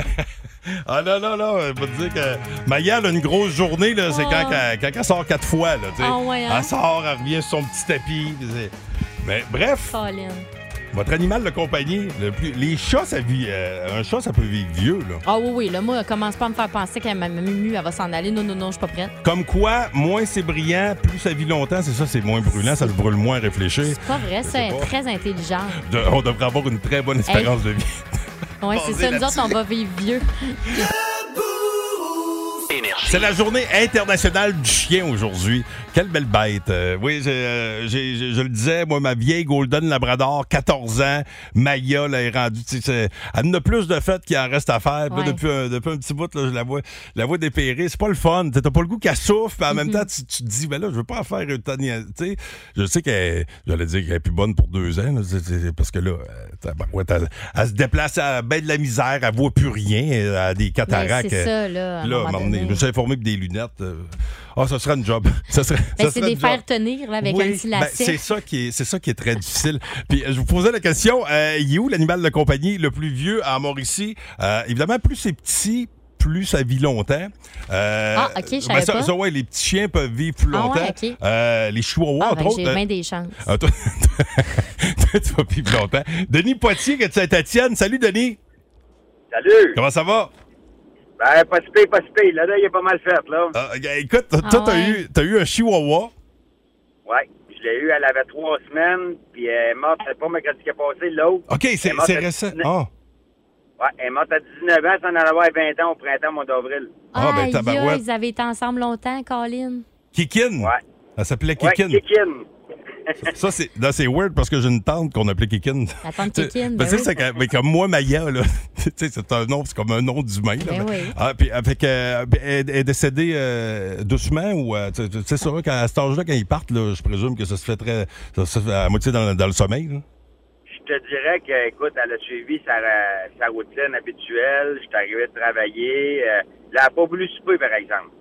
Speaker 3: ah non, non, non, je vais te dire que Maya elle a une grosse journée, là, c'est quand, qu'elle- quand elle sort quatre fois. Là, tu sais.
Speaker 7: Ah ouais, hein?
Speaker 3: Elle sort, elle revient sur son petit tapis. puis c'est- Mais bref,
Speaker 7: Colin.
Speaker 3: votre animal de compagnie, le plus... les chats, ça vit. euh, un chat, ça peut vivre vieux. Là.
Speaker 7: Ah oui, oui, là, moi, commence pas à me faire penser qu'elle m'a mumu, elle va s'en aller. Non, non, non, je suis pas prête.
Speaker 3: Comme quoi, moins c'est brillant, plus ça vit longtemps, c'est ça, c'est moins brûlant, ça le brûle moins à réfléchir.
Speaker 7: C'est pas vrai, ça, elle est très intelligent.
Speaker 3: De- on devrait avoir une très bonne espérance de vie.
Speaker 7: Oui, c'est ça, nous autres, on va vivre vieux.
Speaker 3: C'est la journée internationale du chien aujourd'hui. Quelle belle bête. Euh, oui, j'ai, euh, j'ai- j'ai- je le disais, moi, ma vieille Golden Labrador, 14 ans, Maya, là, est rendue. tu sais, c'est- Elle en a plus de fêtes qu'il en reste à faire. Puis là,
Speaker 15: Ouais.
Speaker 3: depuis, un, depuis un petit bout, là, je la vois, je la vois dépérer. C'est pas le fun. Tu sais, T'as pas le goût qu'elle souffre. Puis en
Speaker 7: Mhm.
Speaker 3: même temps, tu, tu te dis, ben là, je veux pas en faire euthania- tu sais, Je sais qu'elle, j'allais dire qu'elle est plus bonne pour deux ans. là, c'est- c'est- parce que là, euh, tabarouette, elle, elle se déplace à ben de la misère. Elle voit plus rien. Elle a des cataractes.
Speaker 7: Mais c'est ça, là, à un
Speaker 3: Là, à un
Speaker 7: moment
Speaker 3: moment donné,
Speaker 7: donné.
Speaker 3: je me suis informé que des lunettes. euh, Ah, ça serait une job. Ça serait,
Speaker 7: Ben,
Speaker 3: ça
Speaker 7: c'est
Speaker 3: serait
Speaker 7: des
Speaker 3: une job.
Speaker 7: faire tenir là, avec
Speaker 3: Oui,
Speaker 7: un petit
Speaker 3: ben,
Speaker 7: lacet.
Speaker 3: c'est ça qui est, c'est ça qui est très difficile. Puis euh, je vous posais la question, euh, il est où l'animal de compagnie le plus vieux à Mauricie Euh, Évidemment, plus c'est petit, plus ça vit longtemps. Euh,
Speaker 7: Ah, ok, je
Speaker 3: ben,
Speaker 7: savais
Speaker 3: ça-
Speaker 7: pas.
Speaker 3: ça, ouais, les petits chiens peuvent vivre plus
Speaker 7: Ah
Speaker 3: longtemps.
Speaker 7: ouais, ok.
Speaker 3: Euh, les chihuahuas,
Speaker 7: Ah,
Speaker 3: entre
Speaker 7: ben,
Speaker 3: autres.
Speaker 7: j'ai
Speaker 3: euh,
Speaker 7: bien des chances.
Speaker 3: ah, toi, toi, tu vas vivre plus longtemps. Denis Poitier, que tu es Tatiane. Salut, Denis.
Speaker 16: Salut.
Speaker 3: Comment ça va?
Speaker 16: Ben, pas si pire, pas si pire. Le deuil est pas mal fait, là.
Speaker 3: Écoute, toi,
Speaker 16: Ah
Speaker 3: toi, t'as
Speaker 16: ouais.
Speaker 3: eu, t'as eu un chihuahua.
Speaker 16: Ouais. Je l'ai eu, elle avait trois semaines, puis elle est morte, elle est pas mercredi qui est passé, l'autre.
Speaker 3: OK,
Speaker 16: Elle
Speaker 3: c'est
Speaker 16: est morte
Speaker 3: c'est
Speaker 16: à
Speaker 3: récent.
Speaker 16: 19
Speaker 3: Ah.
Speaker 16: Ouais, elle est morte à 19 ans, ça en allait avoir 20 ans au printemps, au mois d'avril.
Speaker 3: Ah, ben,
Speaker 7: Aïe,
Speaker 3: tabarouette.
Speaker 7: aïe, ils avaient été ensemble longtemps, Colin.
Speaker 3: Kikin. Elle s'appelait
Speaker 16: Ouais,
Speaker 3: Kikin.
Speaker 16: Kikin.
Speaker 3: Ça, c'est, là, c'est weird parce que j'ai une tante qu'on appelait Kikin.
Speaker 7: La tante Kikin, ben
Speaker 3: Parce que
Speaker 7: oui.
Speaker 3: Euh, c'est que- mais comme moi, Maya, là, tu sais, c'est un nom, c'est comme un nom d'humain. là,
Speaker 7: Ben
Speaker 3: mais-
Speaker 7: oui.
Speaker 3: Ah, puis, euh, fait que, euh, elle elle est décédée euh, doucement ou, euh, tu tu sais, ça, quand, à cet âge-là, quand ils partent, là, je présume que ça se fait très, ça se fait à moitié dans, dans le sommeil. là.
Speaker 16: Je te dirais que, écoute, elle a suivi sa, euh, sa routine habituelle. Je suis arrivé de travailler. Euh, elle n'a pas voulu souper, par exemple.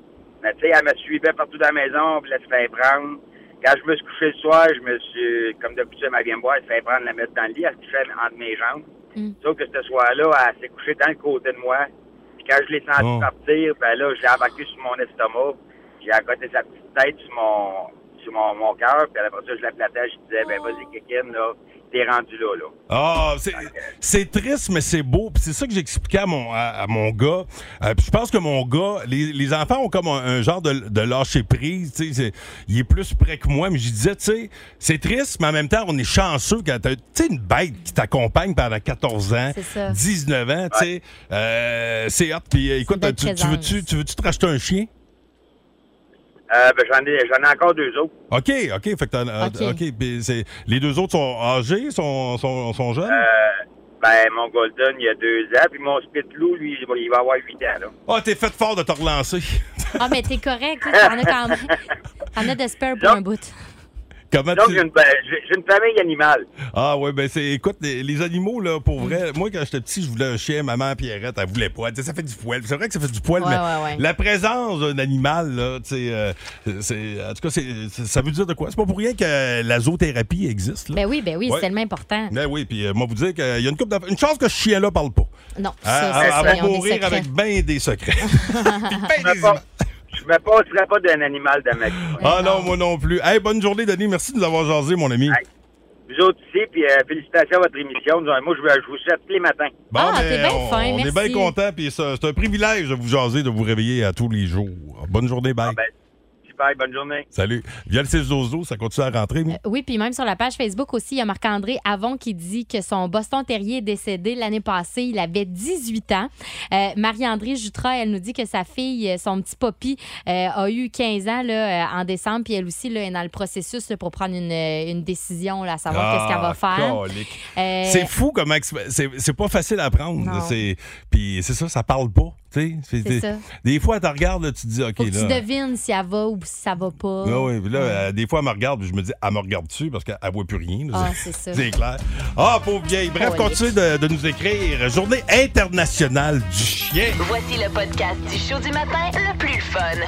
Speaker 16: Mais tu sais, elle me suivait partout dans la maison, puis elle se fait prendre. Quand je me suis couché le soir, je me suis, comme de coutume, elle vient me voir, elle se fait prendre, la mettre dans le lit, elle se couchait entre mes jambes.
Speaker 7: Hmm.
Speaker 16: Sauf que ce soir-là, elle s'est couchée dans le côté de moi. Puis quand je l'ai senti
Speaker 17: Oh.
Speaker 16: partir, ben là, je l'ai embarqué sur mon estomac. J'ai accoté sa petite tête sur mon, sur mon, mon cœur. Puis après ça, je la l'aplatais. Je disais, ben vas-y, Kékine, là, t'es rendu là, là.
Speaker 3: Ah, c'est- c'est triste, mais c'est beau. Puis c'est ça que j'expliquais à mon, à, à mon gars. Euh, puis je pense que mon gars, les, les enfants ont comme un, un genre de, de lâcher prise. tu sais, c'est- Il est plus près que moi, mais je disais, tu sais, c'est triste, mais en même temps, on est chanceux quand t'as tu sais, une bête qui t'accompagne pendant 14 ans,
Speaker 15: C'est ça.
Speaker 3: 19 ans, tu sais. Euh, c'est hot. Puis euh, écoute,
Speaker 16: belle
Speaker 3: tu, tu
Speaker 16: présence.
Speaker 3: veux-tu tu veux te racheter un chien?
Speaker 16: Euh, ben, j'en ai, j'en ai encore deux autres.
Speaker 3: OK, OK. Fait que t'en- euh,
Speaker 16: OK.
Speaker 3: OK, puis c'est- les deux autres sont âgés, sont, sont, sont jeunes?
Speaker 16: Euh, ben, mon Golden, il y a deux ans. Puis mon Spitlow, lui, il va- il va avoir huit ans, là.
Speaker 3: Ah, t'es fait fort de te relancer.
Speaker 7: Ah, mais t'es correct, là, t'en as quand même. T'en as de spare pour un bout.
Speaker 3: Comment
Speaker 16: Donc,
Speaker 3: tu...
Speaker 16: j'ai une, ben, j'ai- j'ai une famille animale. Mm.
Speaker 3: Ah ouais, ben c'est écoute, les, les animaux là, pour vrai, moi quand j'étais petit, je voulais un chien, maman Pierrette, elle voulait pas. Elle disait, ça fait du poil. C'est vrai que ça fait du poil,
Speaker 15: Ouais,
Speaker 3: mais
Speaker 15: ouais, ouais.
Speaker 3: la présence d'un animal là, tu sais, euh, c'est en tout cas c'est- c'est- ça veut dire de quoi C'est pas pour rien que la zoothérapie existe là.
Speaker 7: Ben oui, ben oui,
Speaker 3: Ouais.
Speaker 7: c'est tellement important.
Speaker 3: Mais oui, puis euh, moi vous dire qu'il y a une coupe une chance que ce chien là parle pas.
Speaker 7: Non,
Speaker 3: Elle-
Speaker 7: ça,
Speaker 3: elle-
Speaker 7: ça,
Speaker 3: elle
Speaker 7: c'est
Speaker 3: va
Speaker 7: on est
Speaker 3: mourir
Speaker 7: secret.
Speaker 3: avec bien des secrets.
Speaker 16: Je me pas- Je me passerai pas d'un animal de mec.
Speaker 3: ah non, moi non plus. Hey, bonne journée Denis, merci de nous avoir jasé mon ami.
Speaker 16: Vous autres ici, puis euh, félicitations à votre émission. Nous, euh, Moi, je vous- je vous souhaite tous les matins.
Speaker 3: Bon,
Speaker 7: Ah,
Speaker 3: ben, on, on est bien content, puis c'est c'est un privilège de vous jaser, de vous réveiller à tous les jours. Bonne journée, bye.
Speaker 16: Si bye, Ah, ben, bonne journée.
Speaker 3: Salut. Via le 6-12-12, ça continue à rentrer, moi.
Speaker 7: Oui, puis même sur la page Facebook aussi, il y a Marc-André Avon qui dit que son Boston Terrier est décédé l'année passée. Il avait 18 ans. Euh, Marie-André Jutra, elle nous dit que sa fille, euh, son petit papy, euh, a eu 15 ans là, euh, en décembre. Puis elle aussi là, est dans le processus là, pour prendre une, euh, une décision, là, à savoir qu'est-ce qu'elle va faire.
Speaker 3: Ah, colique.
Speaker 7: Euh,
Speaker 3: C'est fou comme exp- c'est c'est pas facile à prendre.
Speaker 7: Non.
Speaker 3: là, c'est- Puis c'est ça, ça parle pas. tu sais. C'est-
Speaker 7: C'est
Speaker 3: des-
Speaker 7: ça.
Speaker 3: Des fois, elle te regarde, là, tu te dis, OK,
Speaker 7: Faut que
Speaker 3: là.
Speaker 7: tu devines si elle va ou si ça va pas.
Speaker 3: Ah oui, puis là, euh, des fois, elle me regarde, puis je me dis, elle me regarde-tu parce qu'elle voit plus rien. là.
Speaker 7: Ah, c'est ça.
Speaker 3: C'est clair. Ah, pauvre vieille.
Speaker 1: Oh,
Speaker 3: Bref,
Speaker 1: oui.
Speaker 3: continuez de, de nous écrire. Journée internationale du chien.
Speaker 1: Voici le podcast du show du matin le plus fun.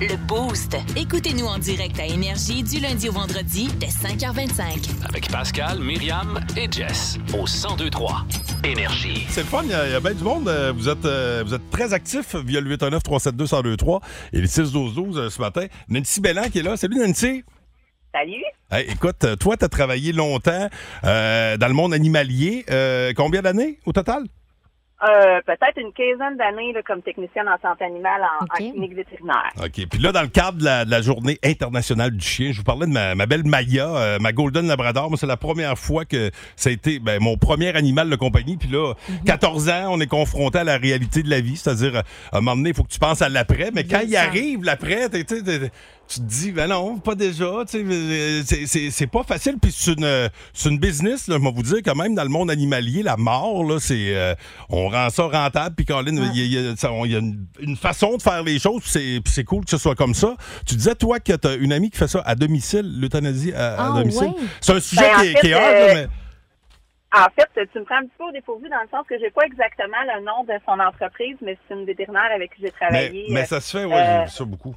Speaker 1: Le Boost. Écoutez-nous en direct à Énergie du lundi au vendredi dès 5h25.
Speaker 15: Avec Pascal, Myriam et Jess au 1023 Énergie.
Speaker 3: C'est le fun, il y, a- il y a bien du monde. Euh, Vous êtes, euh, vous êtes très actifs via le 819-372-1023 et le 612-12 euh, ce matin. Nancy Bellan qui est là. Salut Nancy.
Speaker 17: Salut.
Speaker 3: Hey, écoute, euh, toi, tu as travaillé longtemps euh, dans le monde animalier. Euh, combien d'années au total?
Speaker 17: Euh, peut-être une quinzaine d'années là, comme technicienne en santé animale en, en clinique vétérinaire.
Speaker 3: OK. Puis là, dans le cadre de la, de la journée internationale du chien, je vous parlais de ma, ma belle Maya, euh, ma Golden Labrador. Moi, c'est la première fois que ça a été ben, mon premier animal de compagnie. Puis là, 14 ans, on est confronté à la réalité de la vie. C'est-à-dire, euh, à un moment donné, il faut que tu penses à l'après. Mais quand il
Speaker 2: Vincent.
Speaker 3: arrive, l'après, t'es- t'es- t'es- tu te dis, ben non, pas déjà. tu sais, euh, c'est- C'est c'est pas facile. Puis c'est une, c'est une business, là, je vais vous dire, quand même, dans le monde animalier, la mort, là, c'est euh, on rend ça rentable. Puis Colin, il y a- il y a, ça- on- il y a une, une façon de faire les choses. puis c'est- puis c'est cool que ce soit comme ça. Tu disais, toi, que t'as une amie qui fait ça à domicile, l'euthanasie à, à
Speaker 17: Ah,
Speaker 3: domicile.
Speaker 17: ouais.
Speaker 3: C'est un sujet
Speaker 17: Ben, en
Speaker 3: qui, est-
Speaker 17: fait,
Speaker 3: qui est hard, là,
Speaker 17: euh,
Speaker 3: mais.
Speaker 17: En fait, tu me prends un petit peu au dépourvu dans le sens que j'ai pas exactement le nom de son entreprise, mais c'est une vétérinaire avec qui j'ai travaillé.
Speaker 3: Mais, mais ça se fait, ouais,
Speaker 17: euh,
Speaker 3: j'ai vu ça beaucoup.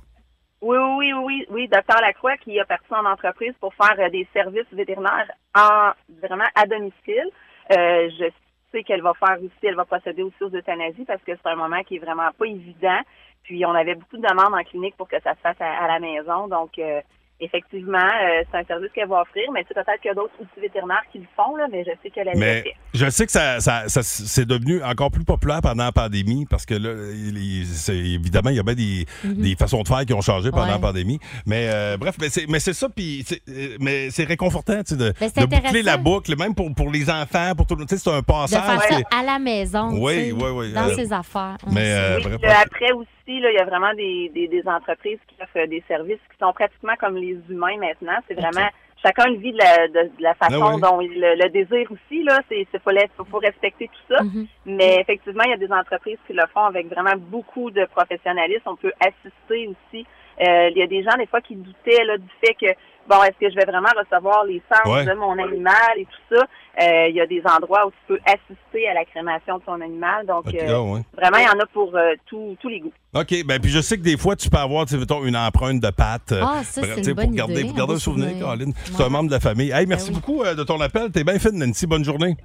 Speaker 17: Oui, oui, oui, oui, oui, Docteur Lacroix qui a parti en entreprise pour faire euh, des services vétérinaires en, vraiment à domicile. Euh, je sais qu'elle va faire aussi, elle va procéder aussi aux euthanasies parce que c'est un moment qui est vraiment pas évident. Puis on avait beaucoup de demandes en clinique pour que ça se fasse à, à la maison. Donc euh, effectivement, euh, c'est un service qu'elle va offrir, mais c'est peut-être qu'il y a d'autres outils vétérinaires qui le font, là, mais je sais qu'elle elle le
Speaker 3: Mais
Speaker 17: fait.
Speaker 3: je sais que ça, ça- ça- c'est devenu encore plus populaire pendant la pandémie parce que là, il- il- c'est- évidemment, il y a bien des,
Speaker 2: Mhm.
Speaker 3: des façons de faire qui ont changé pendant
Speaker 7: Ouais.
Speaker 3: la pandémie. Mais euh, bref, mais c'est, mais c'est ça, puis c'est, euh, mais c'est réconfortant tu sais, de,
Speaker 7: Ben, c'est
Speaker 3: de boucler
Speaker 7: intéressant.
Speaker 3: la boucle, même pour, pour les enfants, pour tout le monde. Tu sais, C'est un
Speaker 7: de
Speaker 3: passage.
Speaker 7: faire ça
Speaker 3: c'est-
Speaker 7: à la maison. tu
Speaker 3: Oui,
Speaker 7: sais,
Speaker 3: oui, oui,
Speaker 7: Dans
Speaker 3: euh,
Speaker 7: ses affaires. hein.
Speaker 3: mais euh, bref,
Speaker 17: Puis, euh, après aussi, là, il y a vraiment des, des, des entreprises qui offrent des services qui sont pratiquement comme les humains maintenant. C'est vraiment chacun vit de la, de, de la façon
Speaker 18: Ah oui.
Speaker 17: dont il le, le désire aussi. Là, c'est c'est- faut, la- faut, faut respecter tout ça. Mais effectivement, il y a des entreprises qui le font avec vraiment beaucoup de professionnalisme. On peut assister aussi. Euh, il y a des gens des fois qui doutaient là, du fait que bon, est-ce que je vais vraiment recevoir les cendres
Speaker 18: Ouais.
Speaker 17: de mon animal et tout ça. Euh, il y a des endroits où tu peux assister à la crémation de ton animal. Donc
Speaker 3: Ok,
Speaker 17: euh,
Speaker 3: ah ouais.
Speaker 17: vraiment, il y en a pour euh, tous- tous les goûts.
Speaker 3: OK, ben puis je sais que des fois, tu peux avoir, tu sais, mettons, une empreinte de patte. euh,
Speaker 17: Ah, ça,
Speaker 3: bref,
Speaker 17: c'est
Speaker 3: tu sais,
Speaker 17: une
Speaker 3: pour
Speaker 17: bonne
Speaker 3: garder,
Speaker 17: idée,
Speaker 3: pour
Speaker 17: un
Speaker 3: garder
Speaker 17: beau
Speaker 3: un souvenir,
Speaker 17: souvenir.
Speaker 3: Caroline. C'est un membre de la famille. Hey,
Speaker 7: Ben
Speaker 3: merci beaucoup euh, de ton appel. T'es bien fine, Nancy. Bonne journée.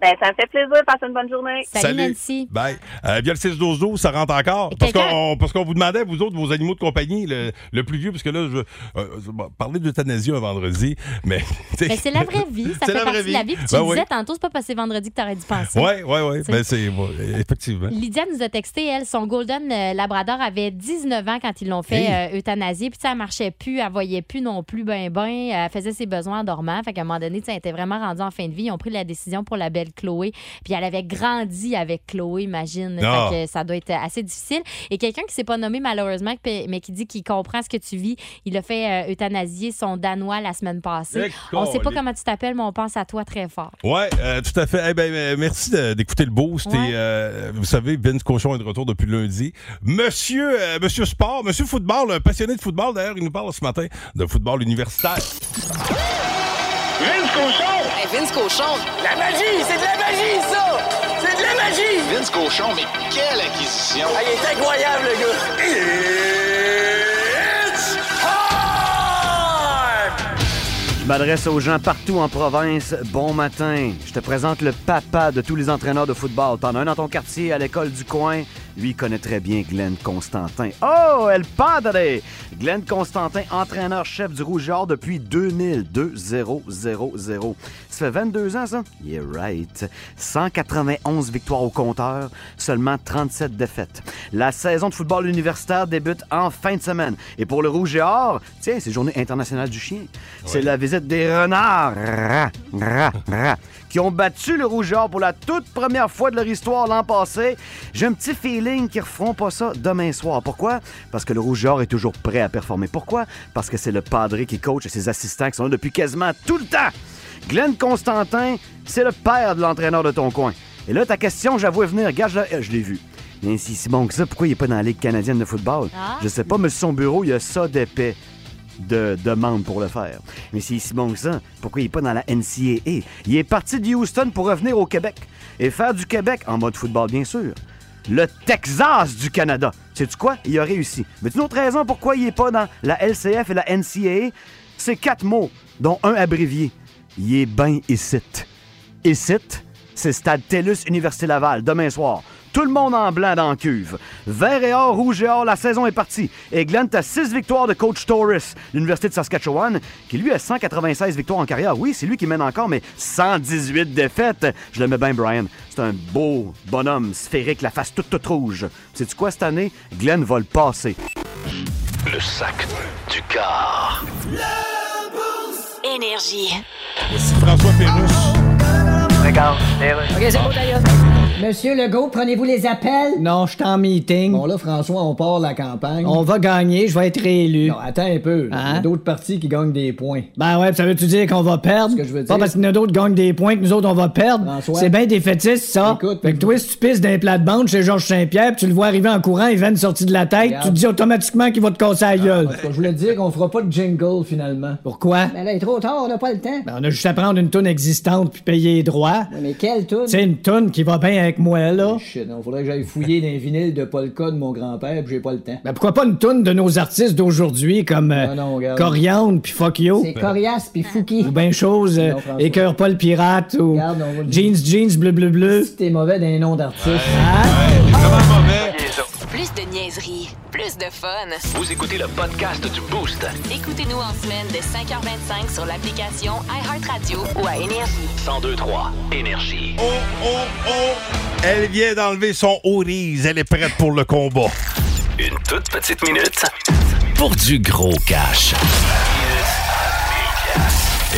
Speaker 17: Ben, ça me fait plaisir. Passez une bonne journée.
Speaker 3: Bye. Euh, via le 6 12 12 ça rentre encore. Parce
Speaker 17: quelqu'un-
Speaker 3: qu'on parce qu'on vous demandait, vous autres, vos animaux de compagnie, le, le plus vieux, parce que là, je veux euh, bon, parler d'euthanasie un vendredi, mais...
Speaker 7: Mais Ben, c'est la vraie vie, ça
Speaker 3: C'est
Speaker 7: fait
Speaker 3: la
Speaker 7: partie
Speaker 3: vraie
Speaker 7: de la
Speaker 3: vie.
Speaker 7: vie. Puis tu
Speaker 3: Ben
Speaker 7: le disais
Speaker 3: oui.
Speaker 7: tantôt, c'est pas passé vendredi que t'aurais dû penser.
Speaker 3: Oui, oui, oui.
Speaker 7: T'sais.
Speaker 3: Ben, c'est... ouais, effectivement.
Speaker 7: Lydia nous a texté, elle, son Golden euh, Labrador avait 19 ans quand ils l'ont fait
Speaker 3: Hey.
Speaker 7: euh, euthanasier. Puis, tu sais, elle marchait plus, elle voyait plus non plus, ben, ben. Elle faisait ses besoins en dormant. Fait qu'à un moment donné, tu sais, elle était vraiment rendue en fin de vie. Ils ont pris la décision pour la belle Chloé. Puis, elle avait grandi avec Chloé, imagine.
Speaker 18: Ah.
Speaker 7: Fait que ça doit être assez difficile. Et quelqu'un qui s'est pas nommé, malheureusement, qui- mais qui dit qu'il comprend ce que tu vis, il a fait euh, euthanasier son Danois la semaine passée.
Speaker 3: Eh,
Speaker 7: On sait pas
Speaker 3: colline.
Speaker 7: comment tu t'appelles, mais on pense à toi très fort.
Speaker 3: Ouais, euh, tout à fait. Eh ben, euh, merci de- d'écouter le boost.
Speaker 7: Ouais.
Speaker 3: Et, euh, vous savez, Vince Cochon est de retour depuis lundi. Monsieur, euh, Monsieur Sport, Monsieur Football, un passionné de football d'ailleurs, il nous parle ce matin de football universitaire.
Speaker 2: Vince Cochon! Vince Cochon! La magie! C'est de la magie, ça! C'est de la magie! Vince Cochon, mais quelle acquisition! Ah, il est incroyable, le gars! It's time!
Speaker 19: Je m'adresse aux gens partout en province. Bon matin. Je te présente le papa de tous les entraîneurs de football. T'en as un dans ton quartier, à l'école du coin, Lui, il connaît très bien Glenn Constantin. Oh, El Padre! Glenn Constantin, entraîneur-chef du Rouge et Or depuis 2000. 2-0-0-0. Ça fait 22 ans, ça? Yeah, right. 191 victoires au compteur, seulement 37 défaites. La saison de football universitaire débute en fin de semaine. Et pour le Rouge et Or, tiens, c'est Journée internationale du chien. C'est la visite des renards Ra, ra, ra, qui ont battu le Rouge et Or pour la toute première fois de leur histoire l'an passé. J'ai un petit feeling qu'ils ne referont pas ça demain soir. Pourquoi? Parce que le Rouge et Or est toujours prêt à performer. Pourquoi? Parce que c'est le padré qui coach et ses assistants qui sont là depuis quasiment tout le temps. Glenn Constantin, c'est le père de l'entraîneur de ton coin. Et là, ta question, j'avoue venir. Regarde, je l'ai- je l'ai vu. Mais si c'est bon que ça, pourquoi il n'est pas dans la Ligue canadienne de football?
Speaker 2: Ah.
Speaker 19: Je sais pas, mais sur son bureau, il y a ça d'épais de demande pour le faire. Mais s'il est si bon que ça, pourquoi il n'est pas dans la NCAA? Il est parti de Houston pour revenir au Québec et faire du Québec, en mode football bien sûr, le Texas du Canada. Sais-tu quoi? Il a réussi. Mais une autre raison pourquoi il n'est pas dans la LCF et la NCAA? C'est quatre mots, dont un abrévié. Il est ben icite. Icite, c'est Stade TELUS Université Laval, demain soir. Tout le monde en blanc dans la cuve. Vert et or, rouge et or, la saison est partie. Et Glenn, t'as 6 victoires de coach Torres, l'Université de Saskatchewan, qui lui a 196 victoires en carrière. Oui, c'est lui qui mène encore, mais 118 défaites. Je le mets bien, Brian. C'est un beau bonhomme sphérique, la face toute, toute rouge. Sais-tu quoi, cette année? Glenn va le passer.
Speaker 15: Le sac du car.
Speaker 1: Énergie.
Speaker 3: Voici François Pérusse.
Speaker 14: Regarde,
Speaker 5: OK, c'est bon, d'ailleurs. Monsieur Legault, prenez-vous les appels? Non, je suis en meeting.
Speaker 6: Bon, là, François, on part la campagne.
Speaker 5: On va gagner, je vais être réélu.
Speaker 6: Non, attends un peu. là. Il y a
Speaker 5: Hein?
Speaker 6: d'autres partis qui gagnent des points.
Speaker 5: Ben ouais, pis ça veut-tu dire qu'on va perdre?
Speaker 6: Ce que je veux dire-
Speaker 5: Pas parce qu'il y en a d'autres qui gagnent des points que nous autres on va perdre.
Speaker 6: François.
Speaker 5: C'est bien défaitiste, ça. fait que toi, si tu pisses d'un plat de bande chez Georges Saint-Pierre, pis tu le vois arriver en courant, il vient de sortir de la tête,
Speaker 6: Regarde.
Speaker 5: tu te dis automatiquement qu'il va te casser la gueule.
Speaker 6: En tout cas, je voulais te dire qu'on fera pas de jingle, finalement.
Speaker 5: Pourquoi?
Speaker 6: Mais Ben, là, il est trop tard, on n'a pas le temps.
Speaker 5: Ben, on a juste à prendre une toune existante puis payer les droits.
Speaker 6: mais quelle toune?
Speaker 5: C'est une toune qui va bien avec moi, là.
Speaker 6: Shit, non, faudrait que j'aille fouiller dans les vinyles de Polka de mon grand-père, puis j'ai pas le temps.
Speaker 5: Ben, pourquoi pas une toune de nos artistes d'aujourd'hui comme euh,
Speaker 6: Non, non, regarde.
Speaker 5: Coriandre puis Fuck You?
Speaker 6: C'est Coriace puis Fouki.
Speaker 5: Ou bien chose, euh,
Speaker 6: Non, François.
Speaker 5: Écœure pas le pirate ou
Speaker 6: Regarde, on va le
Speaker 5: Jeans Jeans bleu bleu bleu.
Speaker 6: Si t'es mauvais d'un nom d'artiste.
Speaker 1: Plus de niaiserie, plus de fun.
Speaker 15: Vous écoutez le podcast du Boost.
Speaker 1: Écoutez-nous en semaine de 5h25 sur l'application iHeartRadio ou à Énergie.
Speaker 15: 1023 Énergie.
Speaker 3: Elle vient d'enlever son orise. Elle est prête pour le combat.
Speaker 15: Une toute petite minute pour du gros cash.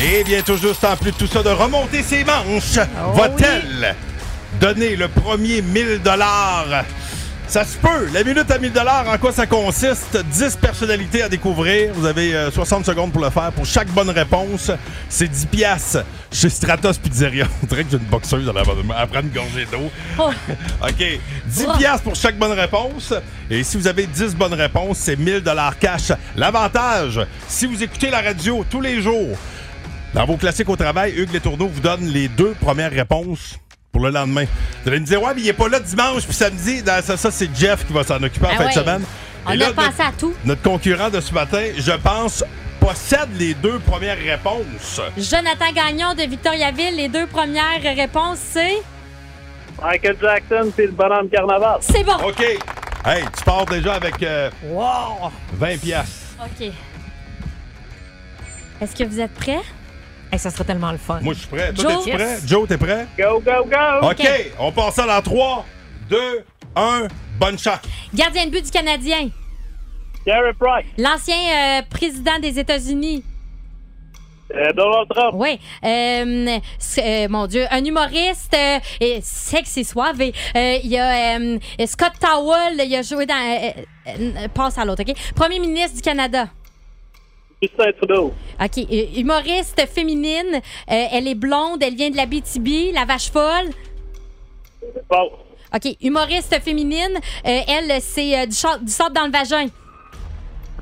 Speaker 3: Et bien tout juste en plus de tout ça de remonter ses manches, va-t-elle donner le premier 1000 dollars ça se peut. La minute à 1000 dollars, en quoi ça consiste 10 personnalités à découvrir. Vous avez euh, 60 secondes pour le faire. Pour chaque bonne réponse, c'est 10 piastres chez Stratos Pizzeria. On dirait que j'ai une boxeuse dans la bas Après une gorgée d'eau. OK. 10 piastres pour chaque bonne réponse. Et si vous avez 10 bonnes réponses, c'est 1000 dollars cash. L'avantage, si vous écoutez la radio tous les jours, dans vos classiques au travail, Hugues Létourneau vous donne les deux premières réponses pour le lendemain. Vous allez me dire, ouais, mais il est pas là dimanche puis samedi. Non, ça, ça, c'est Jeff qui va s'en occuper en
Speaker 7: Ah
Speaker 3: fin
Speaker 7: ouais.
Speaker 3: de semaine.
Speaker 7: On
Speaker 3: Et
Speaker 7: a
Speaker 3: là,
Speaker 7: pensé
Speaker 3: notre-
Speaker 7: à tout.
Speaker 3: Notre concurrent de ce matin, je pense, possède les deux premières réponses.
Speaker 7: Jonathan Gagnon de Victoriaville, les deux premières réponses, c'est...
Speaker 18: Michael Jackson, c'est le bonhomme carnaval.
Speaker 7: C'est bon.
Speaker 3: OK. Hey, tu pars déjà avec euh, 20 piastres.
Speaker 7: OK. Est-ce que vous êtes prêts?
Speaker 8: Hey, ça serait tellement le fun.
Speaker 3: Moi, je suis prêt. Toi,
Speaker 8: Joe?
Speaker 3: t'es-tu prêt?
Speaker 8: Yes.
Speaker 3: Joe, t'es prêt?
Speaker 18: Go, go, go!
Speaker 3: OK. On passe ça dans 3, 2, 1. Bonne chance.
Speaker 7: Gardien de but du Canadien.
Speaker 18: Gary Price,
Speaker 7: L'ancien euh, président des États-Unis.
Speaker 18: euh, Donald Trump,
Speaker 7: Oui. Euh, c'est- euh, mon Dieu. Un humoriste euh, et sexy suave. et, euh, Il y a euh, Scott Towell. Il a joué dans... euh, euh, euh, passe à l'autre, OK? Premier ministre du Canada.
Speaker 18: Justin Trudeau,
Speaker 7: OK. euh, Humoriste féminine. Euh, elle est blonde. Elle vient de la BTB, la vache folle.
Speaker 18: bon,
Speaker 7: OK. Humoriste féminine. euh, elle, c'est euh, du, cha- du sable dans le vagin.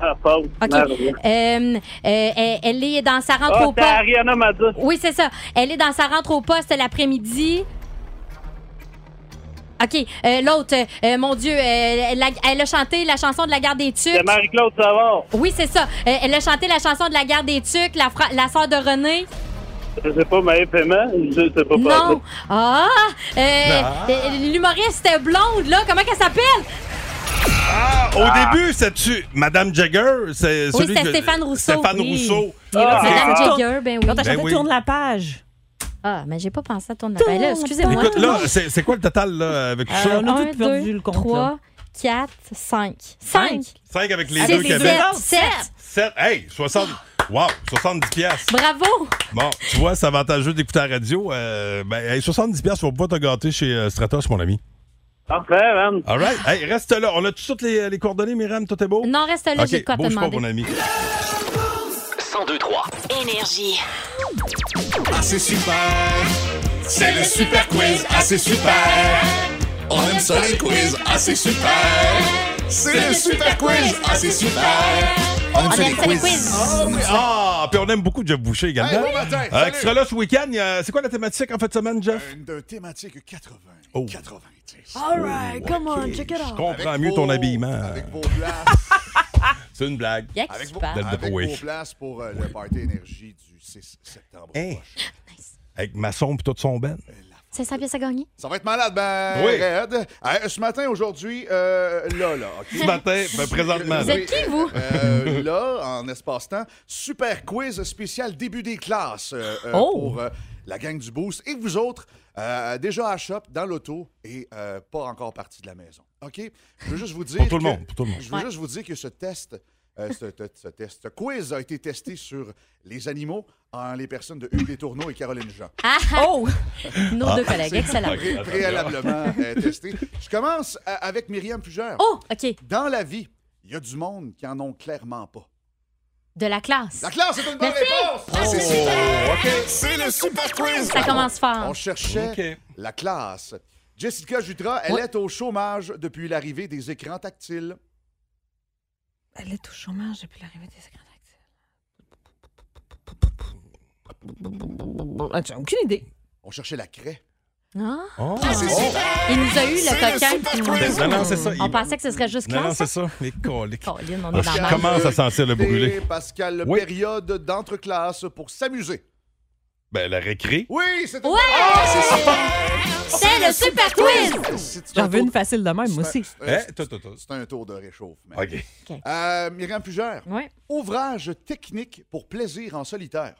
Speaker 18: ah, Paul,
Speaker 7: OK.
Speaker 18: Mario.
Speaker 7: Euh, euh, elle, elle est dans sa rentre
Speaker 18: Ah,
Speaker 7: au
Speaker 18: c'est
Speaker 7: poste.
Speaker 18: Ariana Madza,
Speaker 7: Oui, c'est ça. Elle est dans sa rentre au poste l'après-midi. OK. euh, L'autre, euh, euh, mon Dieu, euh, la- elle a chanté la chanson de la guerre des Tucs.
Speaker 18: c'est Marie-Claude Savard,
Speaker 7: Oui, c'est ça. Euh, elle a chanté la chanson de la guerre des Tucs, la, fra- la sœur de René.
Speaker 18: Je sais pas, mais paiement, je sais pas.
Speaker 7: Non! Ah! Euh,
Speaker 3: Bah.
Speaker 18: Ah.
Speaker 7: euh, L'humoriste blonde, là, comment qu'elle s'appelle?
Speaker 3: Au début, c'est-tu Madame Jagger? C'est
Speaker 7: Oui,
Speaker 3: Euh, celui
Speaker 7: c'était
Speaker 3: que-
Speaker 7: Stéphane Rousseau.
Speaker 3: Stéphane
Speaker 7: oui.
Speaker 3: Rousseau.
Speaker 7: Il est là,
Speaker 3: Ah, ah.
Speaker 7: Madame Jagger, ben oui.
Speaker 3: Quand t'as Ben chanté oui. Tourne
Speaker 7: la page. Ah, mais j'ai pas pensé à tourner la page. Là, excusez-moi.
Speaker 3: Écoute, là, c'est c'est quoi le total là, avec tout ça?
Speaker 7: 1, 2, 3, 4, 5. 5!
Speaker 3: 5 avec les
Speaker 7: Six,
Speaker 3: deux
Speaker 7: sept,
Speaker 3: Québec.
Speaker 7: sept.
Speaker 3: 7. Hey, 60. Wow, 70 pièces.
Speaker 7: Bravo!
Speaker 3: Bon, tu vois, c'est avantageux d'écouter la radio. Euh, ben, hey, 70 pièces, faut pas te gâter chez euh, Stratos, mon ami.
Speaker 18: Parfait, man.
Speaker 3: All right. Hey, reste là. On a toutes les, les coordonnées, Myriam? Tout est beau?
Speaker 7: Non, reste là,
Speaker 3: Ok,
Speaker 7: j'ai de quoi te
Speaker 3: bouge pas,
Speaker 7: demander.
Speaker 3: mon ami.
Speaker 15: 1023.
Speaker 1: Énergie.
Speaker 20: Ah, c'est super. C'est le super quiz. Ah, c'est super. On aime ça les quiz. Ah, c'est super. C'est le super quiz. Ah, c'est super.
Speaker 3: On
Speaker 20: ça,
Speaker 3: aime ça, les
Speaker 20: quiz.
Speaker 3: Ah, oui. Ah, puis on aime beaucoup Jeff Boucher également.
Speaker 20: Hey, bon matin,
Speaker 3: Euh,
Speaker 20: salut. Euh,
Speaker 3: qui sera là ce week-end. Il y a- C'est quoi la thématique en fin de semaine, Jeff?
Speaker 20: Une de thématique 80.
Speaker 3: Oh.
Speaker 20: 90.
Speaker 8: All right, come on, check it
Speaker 3: Je
Speaker 8: out.
Speaker 3: comprends
Speaker 20: Avec
Speaker 3: mieux ton
Speaker 20: vos-
Speaker 3: habillement.
Speaker 20: Vos places.
Speaker 3: C'est une blague.
Speaker 20: avec vos,
Speaker 3: Date de
Speaker 20: avec
Speaker 3: Poway.
Speaker 20: vos places pour euh, le party énergie du 6 septembre.
Speaker 3: Hein? Avec Masson puis toute son ben.
Speaker 20: Euh,
Speaker 7: C'est 100 pièces à gagner?
Speaker 20: Ça va être malade, ben,
Speaker 3: Oui.
Speaker 20: raide. Euh, ce matin, aujourd'hui, euh, là, là. ok?
Speaker 3: Ce matin, ben, présentement,
Speaker 20: Oui.
Speaker 3: là. Vous êtes qui, vous?
Speaker 20: Euh, là, en espace-temps, super quiz spécial début des classes euh, euh,
Speaker 8: Oh.
Speaker 20: pour euh, la gang du Boost. Et vous autres, euh, déjà à shop, dans l'auto et euh, pas encore parti de la maison. OK? Je veux juste vous dire.
Speaker 3: Pour tout le
Speaker 20: que-
Speaker 3: monde, pour tout le monde.
Speaker 20: Je veux
Speaker 3: Ouais.
Speaker 20: juste vous dire que ce test. euh, ce, ce- ce test, ce quiz a été testé sur les animaux en les personnes de Hugues Détourneau et Caroline Jean.
Speaker 7: Ah! Oh! Nos
Speaker 20: Ah.
Speaker 7: deux collègues,
Speaker 20: C'est
Speaker 7: excellent.
Speaker 20: pré- Préalablement euh, testé. Je commence euh, avec Myriam Fugère.
Speaker 7: Oh, OK.
Speaker 20: Dans la vie, il y a du monde qui en ont clairement pas.
Speaker 7: De la classe.
Speaker 20: La classe, c'est une bonne
Speaker 7: Merci.
Speaker 20: réponse! Ah,
Speaker 3: Oh,
Speaker 20: c'est super! C'est le super quiz!
Speaker 7: Ça commence fort.
Speaker 20: On cherchait
Speaker 7: OK.
Speaker 20: la classe. Jessica Jutra, elle est au chômage depuis l'arrivée des écrans tactiles.
Speaker 8: Elle est au chômage depuis l'arrivée des écrans tactiles. Ah, J'ai aucune idée.
Speaker 20: On cherchait la craie.
Speaker 7: Ah.
Speaker 3: Oh.
Speaker 7: Il nous a eu
Speaker 20: C'est
Speaker 7: le
Speaker 20: le
Speaker 7: coquin.
Speaker 20: super
Speaker 7: qui
Speaker 20: quiz.
Speaker 7: nous-
Speaker 3: Ben, Non, non, c'est ça.
Speaker 7: On
Speaker 3: Il-
Speaker 7: pensait que ce serait juste
Speaker 3: Non, non,
Speaker 7: classe.
Speaker 3: c'est ça. Les coliques.
Speaker 7: Colin, on est dans
Speaker 3: Ah, Je
Speaker 7: la
Speaker 3: commence à
Speaker 7: merde.
Speaker 3: sentir le brûlé.
Speaker 20: C'est Pascal,
Speaker 3: Oui.
Speaker 20: période d'entre-classe pour s'amuser.
Speaker 3: Ben, la récré.
Speaker 20: Oui, c'est
Speaker 7: Ouais!
Speaker 20: Ah, c'est super!
Speaker 7: C'est le super quiz!
Speaker 8: J'en veux une facile de même, moi aussi.
Speaker 20: Euh,
Speaker 3: Eh, toi, toi, toi.
Speaker 20: C'est un tour de réchauffement.
Speaker 3: OK.
Speaker 20: Euh, Myriam Fugère, ouvrage technique pour plaisir en solitaire.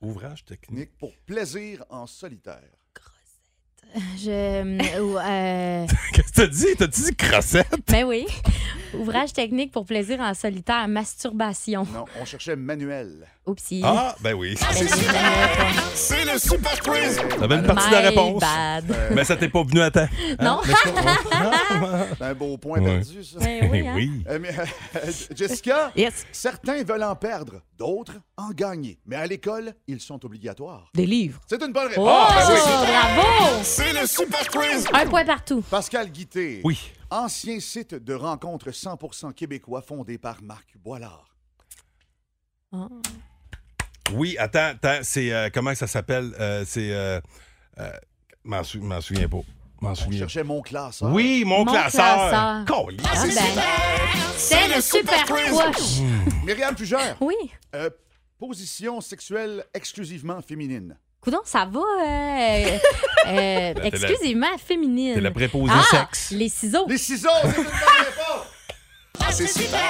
Speaker 3: Ouvrage technique.
Speaker 20: Technique pour plaisir en solitaire.
Speaker 7: Je. euh, ou, euh,
Speaker 3: Qu'est-ce que t'as dit? T'as dit crossette?
Speaker 7: ben oui. Ouvrage technique pour plaisir en solitaire, masturbation.
Speaker 20: Non, on cherchait manuel.
Speaker 7: Oupsie.
Speaker 3: Ah, ben oui.
Speaker 20: C'est le super quiz!
Speaker 3: T'avais une partie de la
Speaker 7: My
Speaker 3: réponse.
Speaker 7: bad.
Speaker 20: Euh,
Speaker 3: Mais ça t'est pas venu à temps. hein?
Speaker 7: Non.
Speaker 20: C'est un beau point
Speaker 3: Ouais.
Speaker 20: perdu, ça.
Speaker 3: Ben oui, hein. Oui.
Speaker 20: Euh, mais, euh, Jessica, certains veulent en perdre, d'autres en gagner. Mais à l'école, ils sont obligatoires.
Speaker 8: Des livres.
Speaker 20: C'est une bonne réponse. Ah,
Speaker 8: Oh, bravo!
Speaker 20: C'est le super quiz.
Speaker 7: ben Un point partout.
Speaker 20: Pascal Guité.
Speaker 3: Oui.
Speaker 20: Ancien site de rencontre 100% québécois fondé par Marc Boilard.
Speaker 3: Oui, attends, attends. C'est euh, comment ça s'appelle? Euh, c'est. Euh, euh, m'en sou- m'en souviens pas. M'en souviens
Speaker 20: Cherchait mon classeur.
Speaker 3: Oui, mon,
Speaker 20: Mon
Speaker 3: classeur.
Speaker 20: classeur.
Speaker 3: Colin.
Speaker 20: Ah,
Speaker 7: ben.
Speaker 20: c'est super.
Speaker 7: C'est le super quiz.
Speaker 20: Myriam Fugère. Euh,
Speaker 7: Oui.
Speaker 20: position sexuelle exclusivement féminine.
Speaker 7: Coudon, ça va. euh, euh,
Speaker 20: t'es la-
Speaker 7: exclusivement féminine.
Speaker 20: t'es la préposée
Speaker 7: ah,
Speaker 20: sexe.
Speaker 7: Les ciseaux.
Speaker 20: Les ciseaux, c'est une bonne réponse. Ah, c'est super.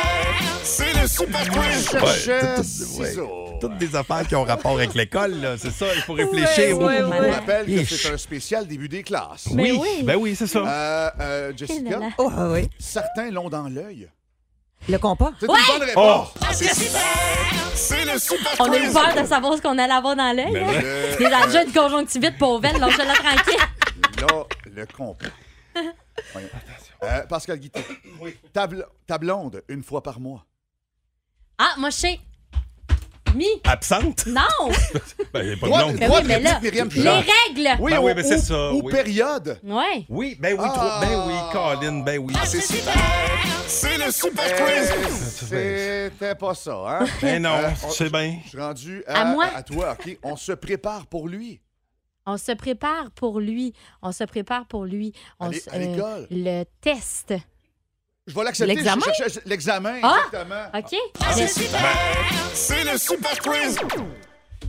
Speaker 20: C'est le super quiz.
Speaker 3: Ouais,
Speaker 20: Cherchait
Speaker 3: tout- tout-
Speaker 20: ciseaux.
Speaker 3: Toutes des affaires qui ont rapport avec l'école, là, c'est ça, il faut réfléchir.
Speaker 20: Ouais, ouais,
Speaker 3: beaucoup.
Speaker 20: ouais. Je rappelle que
Speaker 3: Ish.
Speaker 20: c'est un spécial début des classes.
Speaker 3: Oui, Ben oui. ben oui, c'est ça.
Speaker 20: Euh,
Speaker 8: Eh
Speaker 20: euh,
Speaker 8: là
Speaker 20: Jessica,
Speaker 8: là. Oh, ah oui.
Speaker 20: certains l'ont dans l'œil.
Speaker 8: Le compas.
Speaker 20: C'est une bonne réponse. C'est super. C'est le super
Speaker 7: On a eu
Speaker 20: quiz.
Speaker 7: peur de savoir ce qu'on allait avoir dans l'œil.
Speaker 20: Mais
Speaker 7: hein.
Speaker 20: là-
Speaker 7: Des adjoints de conjonctivite pauvelle, donc je la tranquille.
Speaker 3: Oh.
Speaker 20: Là, le compas. Voyons. Euh, Pascal Guité, ta, bl- ta blonde, une fois par mois.
Speaker 7: Ah, moi, je sais. Mi.
Speaker 3: Absente?
Speaker 7: Non!
Speaker 3: Ben, il n'y a pas de
Speaker 20: Droit-
Speaker 3: nom.
Speaker 7: Ben oui, mais là, les règles!
Speaker 3: Ben oui, mais c'est ça.
Speaker 20: Ou
Speaker 3: oui.
Speaker 20: période.
Speaker 7: Ouais.
Speaker 3: Oui, ben oui, trop- ben oui,
Speaker 13: Ah.
Speaker 3: Colin, ben oui.
Speaker 20: c'est super. C'est le super quiz. Eh, C'était pas ça, hein?
Speaker 3: Ben non,
Speaker 20: on-
Speaker 3: c'est bien.
Speaker 20: Je suis rendu à,
Speaker 7: À moi?
Speaker 20: à toi, OK? On se prépare pour lui.
Speaker 7: On se prépare pour lui. On se prépare pour lui. On
Speaker 20: À l'é-
Speaker 7: se- euh,
Speaker 20: à l'école?
Speaker 7: le test.
Speaker 20: Je vais l'accepter.
Speaker 7: L'examen?
Speaker 20: je cherchais- L'examen,
Speaker 7: Ah!
Speaker 20: exactement.
Speaker 7: OK.
Speaker 20: Ah,
Speaker 7: Le-
Speaker 20: C'est super. C'est le super quiz.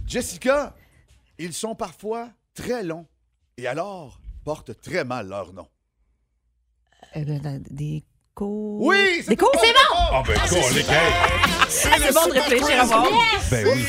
Speaker 21: Jessica, ils sont parfois très longs et alors portent très mal leur nom.
Speaker 8: Euh, ben, dans des cours.
Speaker 21: Oui,
Speaker 8: Des cours, c'est bon!
Speaker 3: Ah, ben,
Speaker 8: Ah, c'est
Speaker 3: quoi, les
Speaker 8: super.
Speaker 3: gars?
Speaker 8: Ah, c'est bon de réfléchir à voir.
Speaker 3: Ben oui.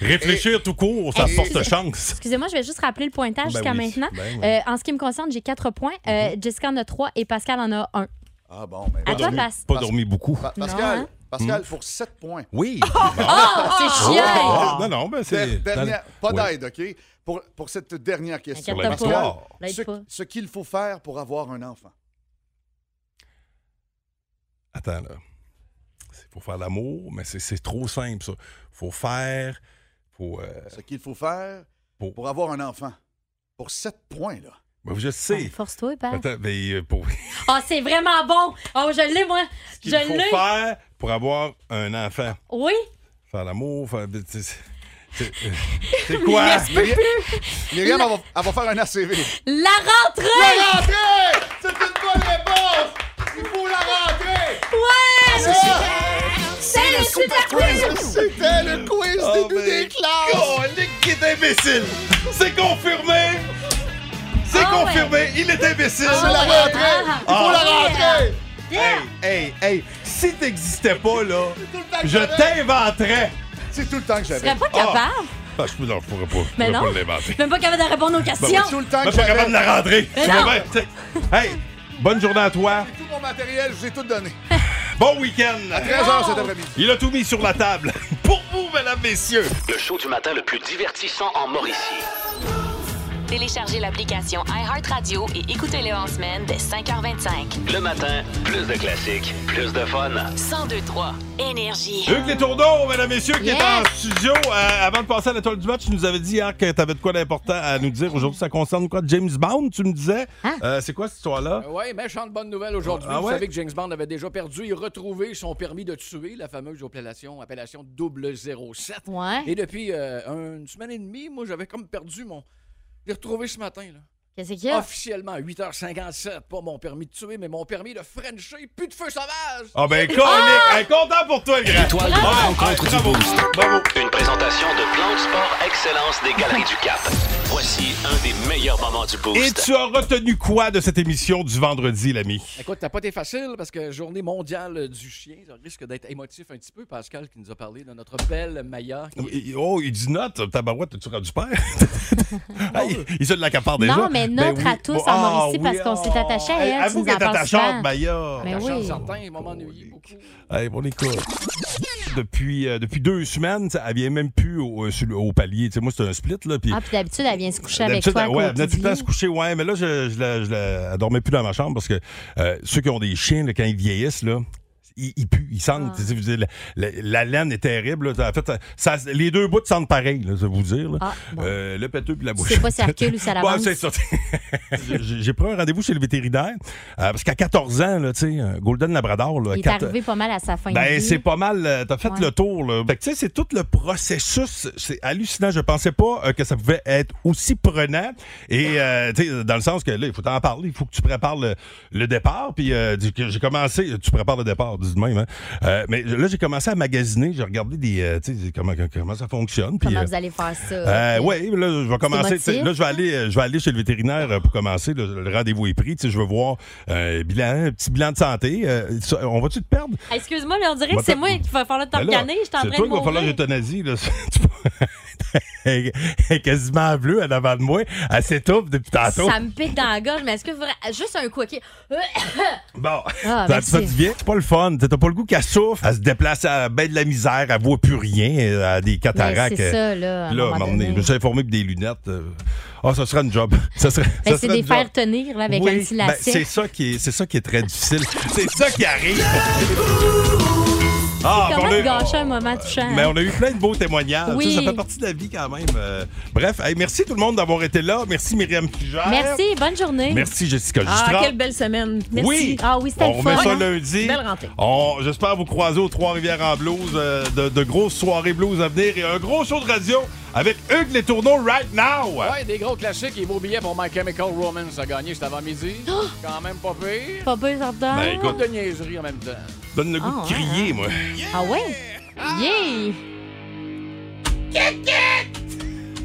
Speaker 3: Réfléchir tout court, ça
Speaker 7: Et-
Speaker 3: porte chance.
Speaker 7: Excusez-moi, je vais juste rappeler le pointage
Speaker 3: Ben
Speaker 7: jusqu'à
Speaker 3: oui,
Speaker 7: maintenant.
Speaker 3: ben oui. Mhm.
Speaker 7: Euh, en ce qui me concerne, j'ai quatre points. Euh, Jessica en a trois et Pascal en a un.
Speaker 21: Ah bon, mais
Speaker 7: À
Speaker 21: voilà.
Speaker 7: toi, Pas
Speaker 3: Pas dormi beaucoup.
Speaker 21: Pa- Pascal,
Speaker 7: Non, hein?
Speaker 21: Pascal
Speaker 3: Hmm.
Speaker 21: pour 7 points.
Speaker 3: Oui. Ah!
Speaker 7: oh, c'est chiant.
Speaker 3: Non, non, ben c'est.
Speaker 21: Der- dernière-
Speaker 3: dans-
Speaker 21: pas d'aide, OK? Pour, pour cette dernière question.
Speaker 3: Inquiète-toi
Speaker 21: Pascal,
Speaker 3: pas.
Speaker 21: ce- ce qu'il faut faire pour avoir un enfant.
Speaker 3: Attends, là. C'est pour faire l'amour, mais c'est- c'est trop simple, ça. Faut faire. Faut. euh,
Speaker 21: Ce qu'il faut faire
Speaker 3: pour...
Speaker 21: avoir un enfant. Pour 7 points, là.
Speaker 3: ben, je sais.
Speaker 7: Ah, Force-toi, Pat.
Speaker 3: Attends, ben, euh, pour...
Speaker 7: Ah, c'est vraiment bon. Oh, je l'ai, moi. Je
Speaker 3: qu'il faut
Speaker 7: l'ai.
Speaker 3: faire pour avoir un enfant.
Speaker 7: Oui.
Speaker 3: Faire l'amour, faire. c'est- c'est- c'est- C'est quoi?
Speaker 21: Myriam, Myriam, elle, va, elle va faire un ACV.
Speaker 7: La rentrée!
Speaker 21: La rentrée! C'est une bonne réponse! Il faut la rentrée!
Speaker 13: Ah,
Speaker 7: Ouais!
Speaker 21: C'est
Speaker 9: C'est le super quiz!
Speaker 21: C'était le quiz
Speaker 3: Ah,
Speaker 9: début des classes!
Speaker 3: Oh, Nick qui est imbécile! C'est confirmé! C'est
Speaker 9: Ah ouais.
Speaker 3: confirmé! Il est imbécile!
Speaker 9: Ah C'est la ouais. rentrée. Il faut la rentrée.
Speaker 3: Hey, hey, hey! Si t'existais pas, là,
Speaker 21: que
Speaker 3: je
Speaker 21: j'avais.
Speaker 3: t'inventerais!
Speaker 21: C'est tout le temps que
Speaker 7: Je
Speaker 21: j'avais.
Speaker 7: serais pas capable.
Speaker 3: Ah, je peux- non, je pourrais pas. Ben Je
Speaker 7: Mais
Speaker 3: pourrais
Speaker 7: non.
Speaker 3: pas l'inventer.
Speaker 7: Même pas capable de répondre aux questions.
Speaker 21: Tout le temps
Speaker 3: Même
Speaker 21: que
Speaker 3: pas capable de la
Speaker 21: j'avais.
Speaker 3: rentrer.
Speaker 7: Mais
Speaker 3: Je
Speaker 7: non.
Speaker 3: vais bien, tu sais. Hey, bonne journée à toi.
Speaker 21: Tout mon matériel, je l'ai tout donné.
Speaker 3: Bon week-end.
Speaker 21: À 13h cet après-midi.
Speaker 3: Il a tout mis sur la table. Pour vous, mesdames, messieurs.
Speaker 15: Le show du matin le plus divertissant en Mauricie.
Speaker 1: Téléchargez l'application iHeartRadio et écoutez-le en semaine dès 5h25.
Speaker 15: Le matin, plus de classiques, plus de fun.
Speaker 1: 1023 Énergie.
Speaker 3: Hugues Les Tourneaux, mesdames, messieurs, qui est
Speaker 1: Yes.
Speaker 3: en studio. Euh, avant de passer à l'étoile du match, tu nous avais dit hier que tu avais de quoi d'important à nous dire. Aujourd'hui, ça concerne quoi? James Bond, tu me disais?
Speaker 7: Hein?
Speaker 3: Euh, c'est quoi cette
Speaker 7: Ah
Speaker 3: histoire-là?
Speaker 12: Oui, méchante bonne nouvelle aujourd'hui.
Speaker 3: Ah
Speaker 12: Vous
Speaker 3: ouais?
Speaker 12: savez que James Bond avait déjà perdu et retrouvé son permis de tuer, la fameuse appellation, appellation 007.
Speaker 7: Ouais.
Speaker 12: Et depuis euh, une semaine et demie, moi, j'avais comme perdu mon... Je l'ai retrouvé ce matin, là.
Speaker 7: Qu'est-ce qu'il y a?
Speaker 12: Officiellement, à 8h57, pas mon permis de tuer, mais mon permis de Frencher, plus de feu sauvage!
Speaker 3: Ah ben, colique! Hey, content pour toi, le grand!
Speaker 15: Étoile de
Speaker 3: Ouais,
Speaker 15: rencontre
Speaker 3: ouais,
Speaker 15: du
Speaker 3: bravo.
Speaker 15: Boost.
Speaker 3: Bravo.
Speaker 15: Une présentation de Plan de Sport Excellence des Galeries du Cap. Voici un des meilleurs moments du Boost.
Speaker 3: Et tu as retenu quoi de cette émission du vendredi, l'ami?
Speaker 12: Écoute, t'as pas été facile parce que journée mondiale du chien, ça risque d'être émotif un petit peu. Pascal qui nous a parlé de notre belle Maya.
Speaker 3: Il- Oh, il dit note, tabarouette, t'as-tu rendu père? hey, il se l'accapare déjà.
Speaker 7: Non, mais
Speaker 3: Ben
Speaker 7: notre
Speaker 3: oui.
Speaker 7: à tous
Speaker 3: Bon,
Speaker 7: en
Speaker 3: ah,
Speaker 7: Mauricie
Speaker 3: oui,
Speaker 7: parce qu'on
Speaker 3: ah.
Speaker 7: s'est attaché à
Speaker 3: Hey,
Speaker 7: elle. tu
Speaker 3: Avoue
Speaker 7: nous
Speaker 3: qu'elle
Speaker 7: en parles
Speaker 3: est
Speaker 7: souvent.
Speaker 3: attachante, Maya.
Speaker 7: Mais Ben oui.
Speaker 12: Certains m'ont ennuyé beaucoup.
Speaker 3: Hey, bon, écoute. Depuis, euh, depuis deux semaines, ça, elle vient même plus au, euh, sur le- au palier. Tu sais, moi, c'est un split. Là, puis
Speaker 7: Ah, puis d'habitude, elle vient se coucher avec
Speaker 3: D'habitude,
Speaker 7: toi.
Speaker 3: elle- ouais, elle
Speaker 7: quand
Speaker 3: venait
Speaker 7: tu
Speaker 3: tout le temps
Speaker 7: dis.
Speaker 3: se coucher. Ouais, mais là, je, je, la- je la- elle dormait plus dans ma chambre parce que euh, ceux qui ont des chiens, là, quand ils vieillissent, là, ils, ils puent, ils
Speaker 7: Ah.
Speaker 3: sentent. Tu sais, vous dire, la, la- la laine est terrible. là. En fait, ça- ça- les deux bouts sentent pareil, là, je vais vous dire. là.
Speaker 7: Ah,
Speaker 3: Euh, le pêteux puis la bouche.
Speaker 7: sais pas si elle recule ou si elle
Speaker 3: Ouais,
Speaker 7: avance.
Speaker 3: c'est ça. J'ai j'ai pris un rendez-vous chez le vétérinaire euh, parce qu'à 14 ans, là, tu sais, un Golden Labrador, là,
Speaker 7: Il est
Speaker 3: quatre-
Speaker 7: arrivé pas mal à sa fin. de
Speaker 3: ben,
Speaker 7: vie.
Speaker 3: c'est pas mal. euh, T'as fait
Speaker 7: Ouais.
Speaker 3: le tour, là. Fait que, tu sais, c'est tout le processus. C'est hallucinant. Je pensais pas euh, que ça pouvait être aussi prenant. Et, euh, tu sais, dans le sens que là, il faut t'en parler. Il faut que tu prépares le, le départ. Puis, euh, dis que j'ai commencé. Tu prépares le départ, dis de même. hein. Euh, mais là, j'ai commencé à magasiner. J'ai regardé des, euh, tu sais, comment, comment ça fonctionne. puis,
Speaker 7: Comment
Speaker 3: euh,
Speaker 7: vous allez faire ça?
Speaker 3: oui, là, je vais commencer.
Speaker 7: émotif.
Speaker 3: tu sais, Là, je vais aller, euh, je vais aller chez le vétérinaire euh, pour commencer. là, le rendez-vous est pris. tu sais, Je veux voir euh, un bilan, un petit bilan de santé. euh, ça- on va-tu te perdre?
Speaker 7: Ah, Excuse-moi, mais on dirait que
Speaker 3: Bah,
Speaker 7: c'est
Speaker 3: t'as-
Speaker 7: moi qui va falloir
Speaker 3: Ben là,
Speaker 7: t'organer. Je suis en train
Speaker 3: C'est
Speaker 7: de
Speaker 3: toi qu'il va falloir
Speaker 7: mourir.
Speaker 3: l'euthanasie. là. Tu vois, Elle est quasiment bleue en avant de moi. Elle s'étouffe depuis tantôt.
Speaker 7: Ça me pique dans la gorge, mais est-ce que vous... Juste un coup, OK?
Speaker 3: Bon,
Speaker 7: Ah,
Speaker 3: ça, ça
Speaker 7: merci.
Speaker 3: devient- c'est pas le fun. T'as pas le goût qu'elle souffre. Elle se déplace à ben de la misère. Elle voit plus rien. Elle a des cataractes.
Speaker 7: Ben, c'est ça, là, à
Speaker 3: Là,
Speaker 7: un moment
Speaker 3: à un moment donné,
Speaker 7: donné.
Speaker 3: je me suis informé que des lunettes. euh, Ah, ça serait une job. Ça serait,
Speaker 7: Ben,
Speaker 3: ça
Speaker 7: c'est
Speaker 3: serait
Speaker 7: des
Speaker 3: une job.
Speaker 7: faire tenir là, avec
Speaker 3: Oui,
Speaker 7: un petit
Speaker 3: ben,
Speaker 7: lacet.
Speaker 3: c'est ça qui est, c'est ça qui est très difficile. C'est ça qui arrive. Ah,
Speaker 7: Comment
Speaker 3: ben, on a-
Speaker 7: te gâcher un moment touchant? hein?
Speaker 3: Mais on a eu plein de beaux témoignages.
Speaker 7: Oui.
Speaker 3: Ça, ça fait partie de la vie quand même. Euh, bref, hey, merci tout le monde d'avoir été là. Merci Myriam Fugère.
Speaker 7: Merci, bonne journée.
Speaker 3: Merci Jessica
Speaker 8: Ah,
Speaker 3: Justra.
Speaker 8: quelle belle semaine. Merci.
Speaker 3: Oui.
Speaker 8: Ah oui, c'était
Speaker 3: On
Speaker 8: le fun.
Speaker 3: remet ça lundi.
Speaker 8: Belle rentrée.
Speaker 3: On- J'espère vous croiser aux Trois-Rivières en blues, euh, de, de grosses soirées blues à venir et un gros show de radio avec Hugues Les Tourneaux right now.
Speaker 12: Ouais, des gros classiques et beaux billets pour My Chemical Romance à gagner cet avant-midi. Quand même pas pire.
Speaker 7: Oh! Pas peur, Jordan.
Speaker 3: Ben, écoute.
Speaker 12: Pas de niaiserie en même temps.
Speaker 8: Oh, hein.
Speaker 3: Donne le goût
Speaker 7: Ah,
Speaker 3: de crier, moi.
Speaker 7: Ah ouais? Yeah!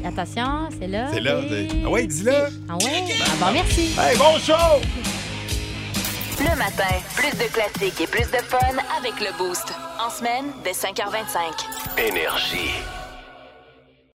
Speaker 7: Attention, c'est là.
Speaker 3: C'est là, t'es-
Speaker 7: Et-
Speaker 3: Ah ouais, dis-le.
Speaker 7: Ah ouais? Ah bon, merci.
Speaker 3: Hey, bon show!
Speaker 1: Le matin, plus de classiques et plus de fun avec le Boost. En semaine, dès 5h25.
Speaker 15: Énergie.